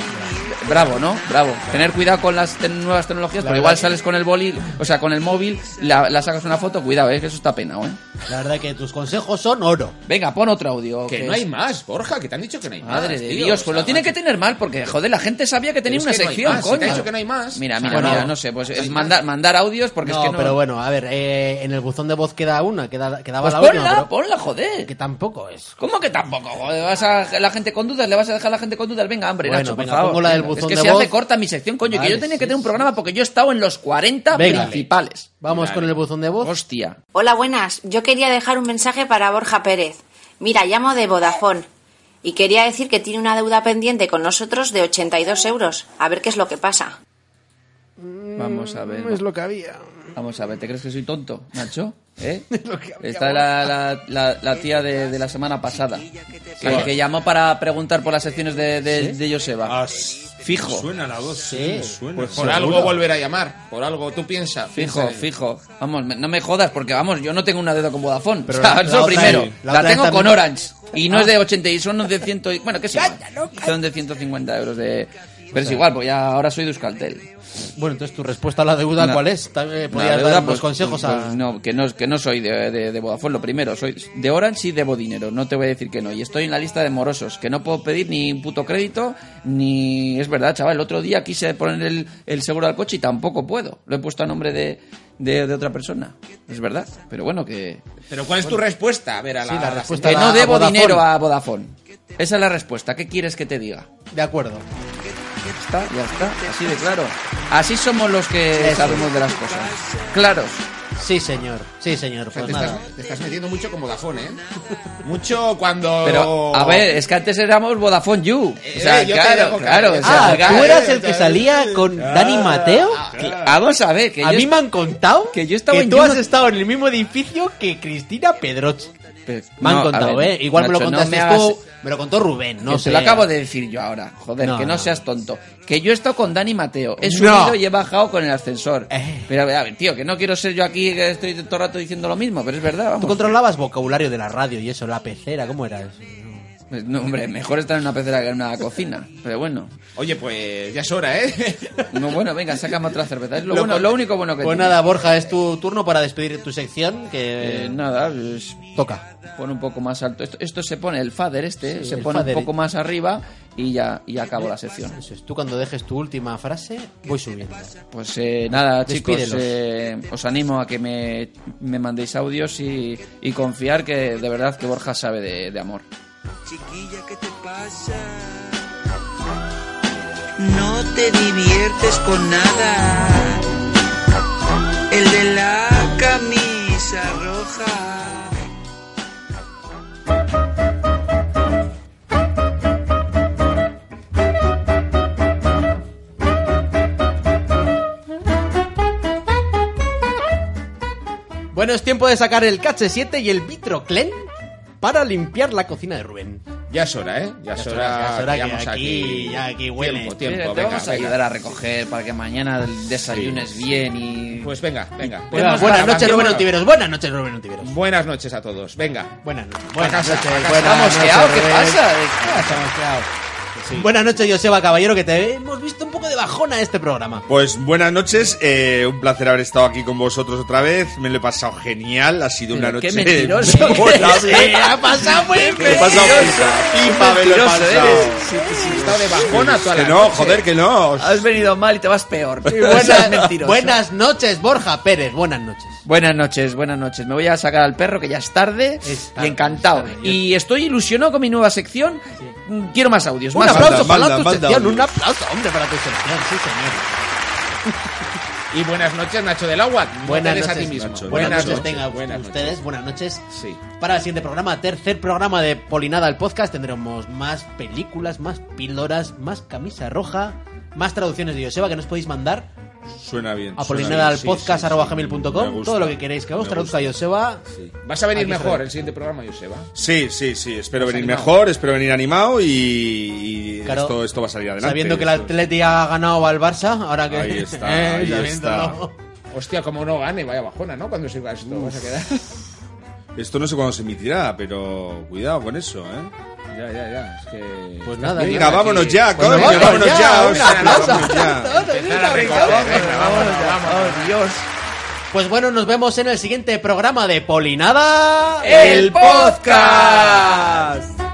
Speaker 2: Bravo, ¿no? Bravo. Tener cuidado con las te- nuevas tecnologías,
Speaker 1: La
Speaker 2: porque
Speaker 1: verdad
Speaker 2: igual
Speaker 1: que-
Speaker 2: sales con el boli, o sea, con el móvil, la, la sacas una foto, cuidado, eh, que eso está penado, ¿eh?
Speaker 1: La verdad que tus consejos son oro.
Speaker 2: Venga, pon otro audio.
Speaker 3: Que no hay más, Borja, que te han dicho que no hay más.
Speaker 2: Madre de
Speaker 3: tío,
Speaker 2: Dios,
Speaker 3: o
Speaker 2: pues
Speaker 3: sea,
Speaker 2: lo tiene que tener mal, porque, joder, la gente sabía que tenía
Speaker 3: Pero
Speaker 2: una
Speaker 3: es que no hay
Speaker 2: sección,
Speaker 3: más, si te
Speaker 2: coño.
Speaker 3: ha dicho que no hay más.
Speaker 2: Mira,
Speaker 3: O
Speaker 2: mira,
Speaker 3: sea,
Speaker 2: mira,
Speaker 1: bueno.
Speaker 2: no sé, pues
Speaker 3: No
Speaker 2: es
Speaker 3: hay
Speaker 2: mandar, mandar audios, porque
Speaker 1: no,
Speaker 2: es que no...
Speaker 1: pero bueno, a ver, eh, en el buzón de voz queda una, queda, quedaba
Speaker 2: Pues
Speaker 1: la
Speaker 2: ponla,
Speaker 1: última. pero-
Speaker 2: ponla, joder.
Speaker 1: Que tampoco es.
Speaker 2: ¿Cómo que tampoco? Joder, ¿Vas a la gente con dudas? ¿Le vas a dejar a la gente con dudas? Venga, hambre,
Speaker 1: Bueno,
Speaker 2: Nacho, por
Speaker 1: venga,
Speaker 2: favor.
Speaker 1: pongo la del
Speaker 2: Venga,
Speaker 1: buzón
Speaker 2: es que
Speaker 1: de
Speaker 2: se
Speaker 1: voz.
Speaker 2: hace corta mi sección, coño, que
Speaker 1: Vale,
Speaker 2: yo tenía
Speaker 1: sí,
Speaker 2: que tener un programa porque yo he estado en los 40
Speaker 1: Venga.
Speaker 2: principales.
Speaker 1: Vamos
Speaker 2: Vale.
Speaker 1: con el buzón de voz.
Speaker 2: Hostia.
Speaker 16: Hola, buenas. Yo quería dejar un mensaje para Borja Pérez. Mira, llamo de Vodafone y quería decir que tiene una deuda pendiente con nosotros de 82 euros. A ver qué es lo que pasa.
Speaker 2: Vamos a ver.
Speaker 1: Mm, lo que había.
Speaker 2: Vamos a ver, ¿te crees que soy tonto, Nacho? ¿eh? Está la, la- la- la tía de, de la semana pasada. Que, que llamó para preguntar por las secciones de, de, de Joseba.
Speaker 3: Ah,
Speaker 2: Fijo.
Speaker 4: Suena la voz,
Speaker 2: Sí.
Speaker 4: sí, suena.
Speaker 2: Pues
Speaker 3: Por
Speaker 2: Seguro.
Speaker 3: algo volver a llamar. Por algo, tú piensas.
Speaker 2: Fijo, fijo. Vamos, me- no me jodas, porque vamos, yo no tengo una deuda con Vodafone.
Speaker 3: Pero
Speaker 2: O sea,
Speaker 3: la-
Speaker 2: eso
Speaker 3: la otra
Speaker 2: primero.
Speaker 3: es- la
Speaker 2: la
Speaker 3: otra es
Speaker 2: tengo con
Speaker 3: también-
Speaker 2: Orange. Y no
Speaker 3: Ah.
Speaker 2: es de 80, y son de 100. y- Bueno, que sí. Son de 150 euros de. Pero es igual, porque ya ahora soy de Euskaltel.
Speaker 1: Bueno, entonces tu respuesta a la deuda,
Speaker 2: No.
Speaker 1: ¿cuál es? También, eh,
Speaker 2: No,
Speaker 1: podrías
Speaker 2: de
Speaker 1: dar
Speaker 2: verdad,
Speaker 1: unos
Speaker 2: pues,
Speaker 1: consejos
Speaker 2: pues,
Speaker 1: a...
Speaker 2: No, que no, que no soy de, de, de Vodafone, lo primero. Soy de Orange y debo dinero. No te voy a decir que no. Y estoy en la lista de morosos, que no puedo pedir ni un puto crédito, ni... Es verdad, chaval, el otro día quise poner el, el seguro al coche y tampoco puedo. Lo he puesto a nombre de, de, de otra persona. Es verdad. Pero bueno, que...
Speaker 3: Pero ¿cuál es tu respuesta? A ver, a la,
Speaker 2: pues- Sí,
Speaker 3: a la
Speaker 2: que
Speaker 3: gente.
Speaker 2: no debo dinero a Vodafone. Esa es la respuesta. ¿Qué quieres que te diga?
Speaker 1: De acuerdo.
Speaker 2: Ya está, ya está. Así de claro. Así somos los que
Speaker 1: Eso.
Speaker 2: sabemos de las cosas. Claros.
Speaker 1: Sí, señor. Sí, señor. Pues
Speaker 3: te,
Speaker 1: nada.
Speaker 3: estás, te estás metiendo mucho con Vodafone, ¿eh? Mucho cuando...
Speaker 2: Pero, a ver, es que antes éramos Vodafone You. O sea,
Speaker 3: eh, yo te
Speaker 2: claro,
Speaker 3: dejo que-
Speaker 2: claro. o sea,
Speaker 1: Ah,
Speaker 2: claro.
Speaker 1: ¿tú eras el que salía con Dani Mateo?
Speaker 2: Cla- Vamos a ver, que
Speaker 1: A
Speaker 2: yo
Speaker 1: mí me han contado
Speaker 2: que yo estaba
Speaker 1: que
Speaker 2: en
Speaker 1: tú
Speaker 2: Juno-
Speaker 1: has estado en el mismo edificio que Cristina Pedroche. Me han
Speaker 2: No, a
Speaker 1: contado,
Speaker 2: ver,
Speaker 1: ¿eh? Igual me lo
Speaker 2: Nacho, no
Speaker 1: contaste
Speaker 2: me hagas-
Speaker 1: tú, me lo contó Rubén, no
Speaker 2: que
Speaker 1: sé.
Speaker 2: Te lo acabo de decir yo ahora. Joder,
Speaker 1: No,
Speaker 2: que no,
Speaker 1: no.
Speaker 2: seas tonto. Que yo he estado con Dani Mateo. He
Speaker 1: No. Eh.
Speaker 2: subido y he bajado con el ascensor. Pero a ver, a ver, tío, que no quiero ser yo aquí que estoy todo el rato diciendo lo mismo, pero es verdad. Vamos.
Speaker 1: Tú controlabas vocabulario de la radio y eso, la pecera, ¿cómo era eso?
Speaker 2: Pues No, hombre, mejor estar en una pecera que en una cocina. Pero bueno.
Speaker 3: Oye, pues ya es hora, ¿eh?
Speaker 2: No, bueno, venga, sácame otra cerveza. Es lo,
Speaker 1: Lo
Speaker 2: bueno,
Speaker 1: con-
Speaker 2: lo único bueno que
Speaker 1: Pues
Speaker 2: tiene.
Speaker 1: nada, Borja, es tu turno para despedir tu sección, que...
Speaker 2: Eh, nada, pues,
Speaker 1: toca.
Speaker 2: Pon un poco más alto. Esto, esto se pone, el fader este,
Speaker 1: Sí,
Speaker 2: se
Speaker 1: el
Speaker 2: pone
Speaker 1: fader.
Speaker 2: un poco más arriba y ya, y ya acabo la sección.
Speaker 1: Eso es, tú cuando dejes tu última frase, voy subiendo.
Speaker 2: Pues eh, nada, chicos,
Speaker 1: Despídelos.
Speaker 2: eh, os animo a que me, me mandéis audios y, y confiar que de verdad que Borja sabe de, de amor.
Speaker 14: Chiquilla, ¿qué te pasa? No te diviertes con nada. El de la camisa roja.
Speaker 1: Bueno, es tiempo de sacar el Cache 7 y el Vitroclen para limpiar la cocina de Rubén.
Speaker 3: Ya es hora, ¿eh? Ya es
Speaker 1: Ya es
Speaker 3: hora,
Speaker 1: hora, ya es hora que
Speaker 3: que llevamos
Speaker 1: aquí- ya aquí huele.
Speaker 3: Tiempo, tiempo,
Speaker 2: Mira, te
Speaker 3: venga,
Speaker 2: vamos a
Speaker 3: venga.
Speaker 2: ayudar a recoger para que mañana desayunes bien y...
Speaker 3: Pues venga, venga.
Speaker 1: Buenas,
Speaker 3: Venga,
Speaker 1: noches, Rubén
Speaker 3: avancemos.
Speaker 1: Ontiveros. Buenas noches, Rubén Ontiveros.
Speaker 3: Buenas noches a todos, venga.
Speaker 1: Buenas noches.
Speaker 3: A casa, a casa.
Speaker 2: Vamos,
Speaker 1: noches,
Speaker 2: Keao, ¿qué
Speaker 1: Rubén. Ah,
Speaker 2: pasa?
Speaker 1: Estamos quedados. Buenas noches, Joseba Caballero, que te hemos visto un poco de bajona este programa.
Speaker 4: Pues buenas noches, eh, un placer haber estado aquí con vosotros otra vez. Me lo he pasado genial, ha sido una
Speaker 2: Pero qué
Speaker 4: noche.
Speaker 2: mentiroso.
Speaker 1: Eh, ha pasado muy
Speaker 4: Me he pasado pipa, pipa me lo he
Speaker 2: Mentiroso
Speaker 4: pasado.
Speaker 2: eres. Sí, sí, sí.
Speaker 3: Estado de bajona toda
Speaker 4: Que
Speaker 3: la
Speaker 4: no,
Speaker 3: noche.
Speaker 4: joder, que no.
Speaker 1: Ah,
Speaker 2: Has venido mal y te vas peor.
Speaker 1: Y
Speaker 2: Seas
Speaker 1: buenas,
Speaker 2: mentiroso.
Speaker 1: buenas noches, Borja Pérez. Buenas noches.
Speaker 2: Buenas noches, buenas noches. Me voy a sacar al perro que ya es tarde,
Speaker 1: Es tarde,
Speaker 2: y encantado.
Speaker 1: es tarde.
Speaker 2: Y estoy ilusionado con mi nueva sección. Mm, Quiero más audios,
Speaker 1: Un
Speaker 2: más
Speaker 1: aplauso
Speaker 2: audios.
Speaker 1: para
Speaker 4: manda,
Speaker 1: tu
Speaker 4: manda,
Speaker 1: sección,
Speaker 4: hombre.
Speaker 1: un aplauso, hombre, para tu sección, sí, señor.
Speaker 3: Y buenas noches, Nacho del Agua. No
Speaker 1: Buenas
Speaker 3: te des
Speaker 1: noches,
Speaker 3: a ti mismo.
Speaker 1: Nacho.
Speaker 3: Buenas
Speaker 1: Buenas noches,
Speaker 3: noches,
Speaker 1: tengan
Speaker 3: buenas
Speaker 1: ustedes,
Speaker 3: noches.
Speaker 1: buenas noches.
Speaker 3: Sí.
Speaker 1: Para el siguiente programa, tercer programa de Polinada al Podcast, tendremos más películas, más píldoras, más camisa roja, más traducciones de Joseba que nos podéis mandar
Speaker 4: Suena bien.
Speaker 1: a
Speaker 4: suena
Speaker 1: polinada
Speaker 4: bien,
Speaker 1: al
Speaker 4: sí, sí,
Speaker 1: podcast
Speaker 4: sí,
Speaker 1: arroba
Speaker 4: sí,
Speaker 1: gmail punto
Speaker 4: me
Speaker 1: com,
Speaker 4: gusta,
Speaker 1: todo lo que queréis que os
Speaker 4: me
Speaker 1: traduzca
Speaker 4: gusta.
Speaker 1: Joseba.
Speaker 4: Sí.
Speaker 3: Vas a venir
Speaker 1: Aquí
Speaker 3: mejor
Speaker 1: estaré.
Speaker 3: el siguiente programa, Joseba.
Speaker 4: Sí, sí, sí. Espero
Speaker 3: Estás
Speaker 4: venir
Speaker 3: animado.
Speaker 4: mejor, espero venir animado y, y
Speaker 1: Claro,
Speaker 4: esto, esto va a salir adelante.
Speaker 1: Sabiendo que el
Speaker 4: Esto-
Speaker 1: Atleti ha ganado al Barça, ahora que... ¿Eh?
Speaker 4: Ahí está, ahí está.
Speaker 3: Hostia, como no gane, vaya bajona, ¿no? Cuando sirva esto, vas a quedar.
Speaker 4: Esto no sé cuándo se emitirá, pero cuidado con eso, ¿eh?
Speaker 3: ya, ya, ya. Es que.
Speaker 1: Pues nada,
Speaker 3: Bien,
Speaker 4: Venga,
Speaker 3: aquí-
Speaker 4: vámonos ya,
Speaker 3: Pues
Speaker 4: coño,
Speaker 3: venga,
Speaker 4: vámonos
Speaker 3: ya,
Speaker 4: ya.
Speaker 3: un
Speaker 4: hostia,
Speaker 3: aplauso.
Speaker 4: vámonos ya.
Speaker 3: Empezar a recoger, venga, vámonos ya, vámonos.
Speaker 2: Dios.
Speaker 1: Pues bueno, nos vemos en el siguiente programa de Polinada
Speaker 2: El podcast.
Speaker 5: Bye.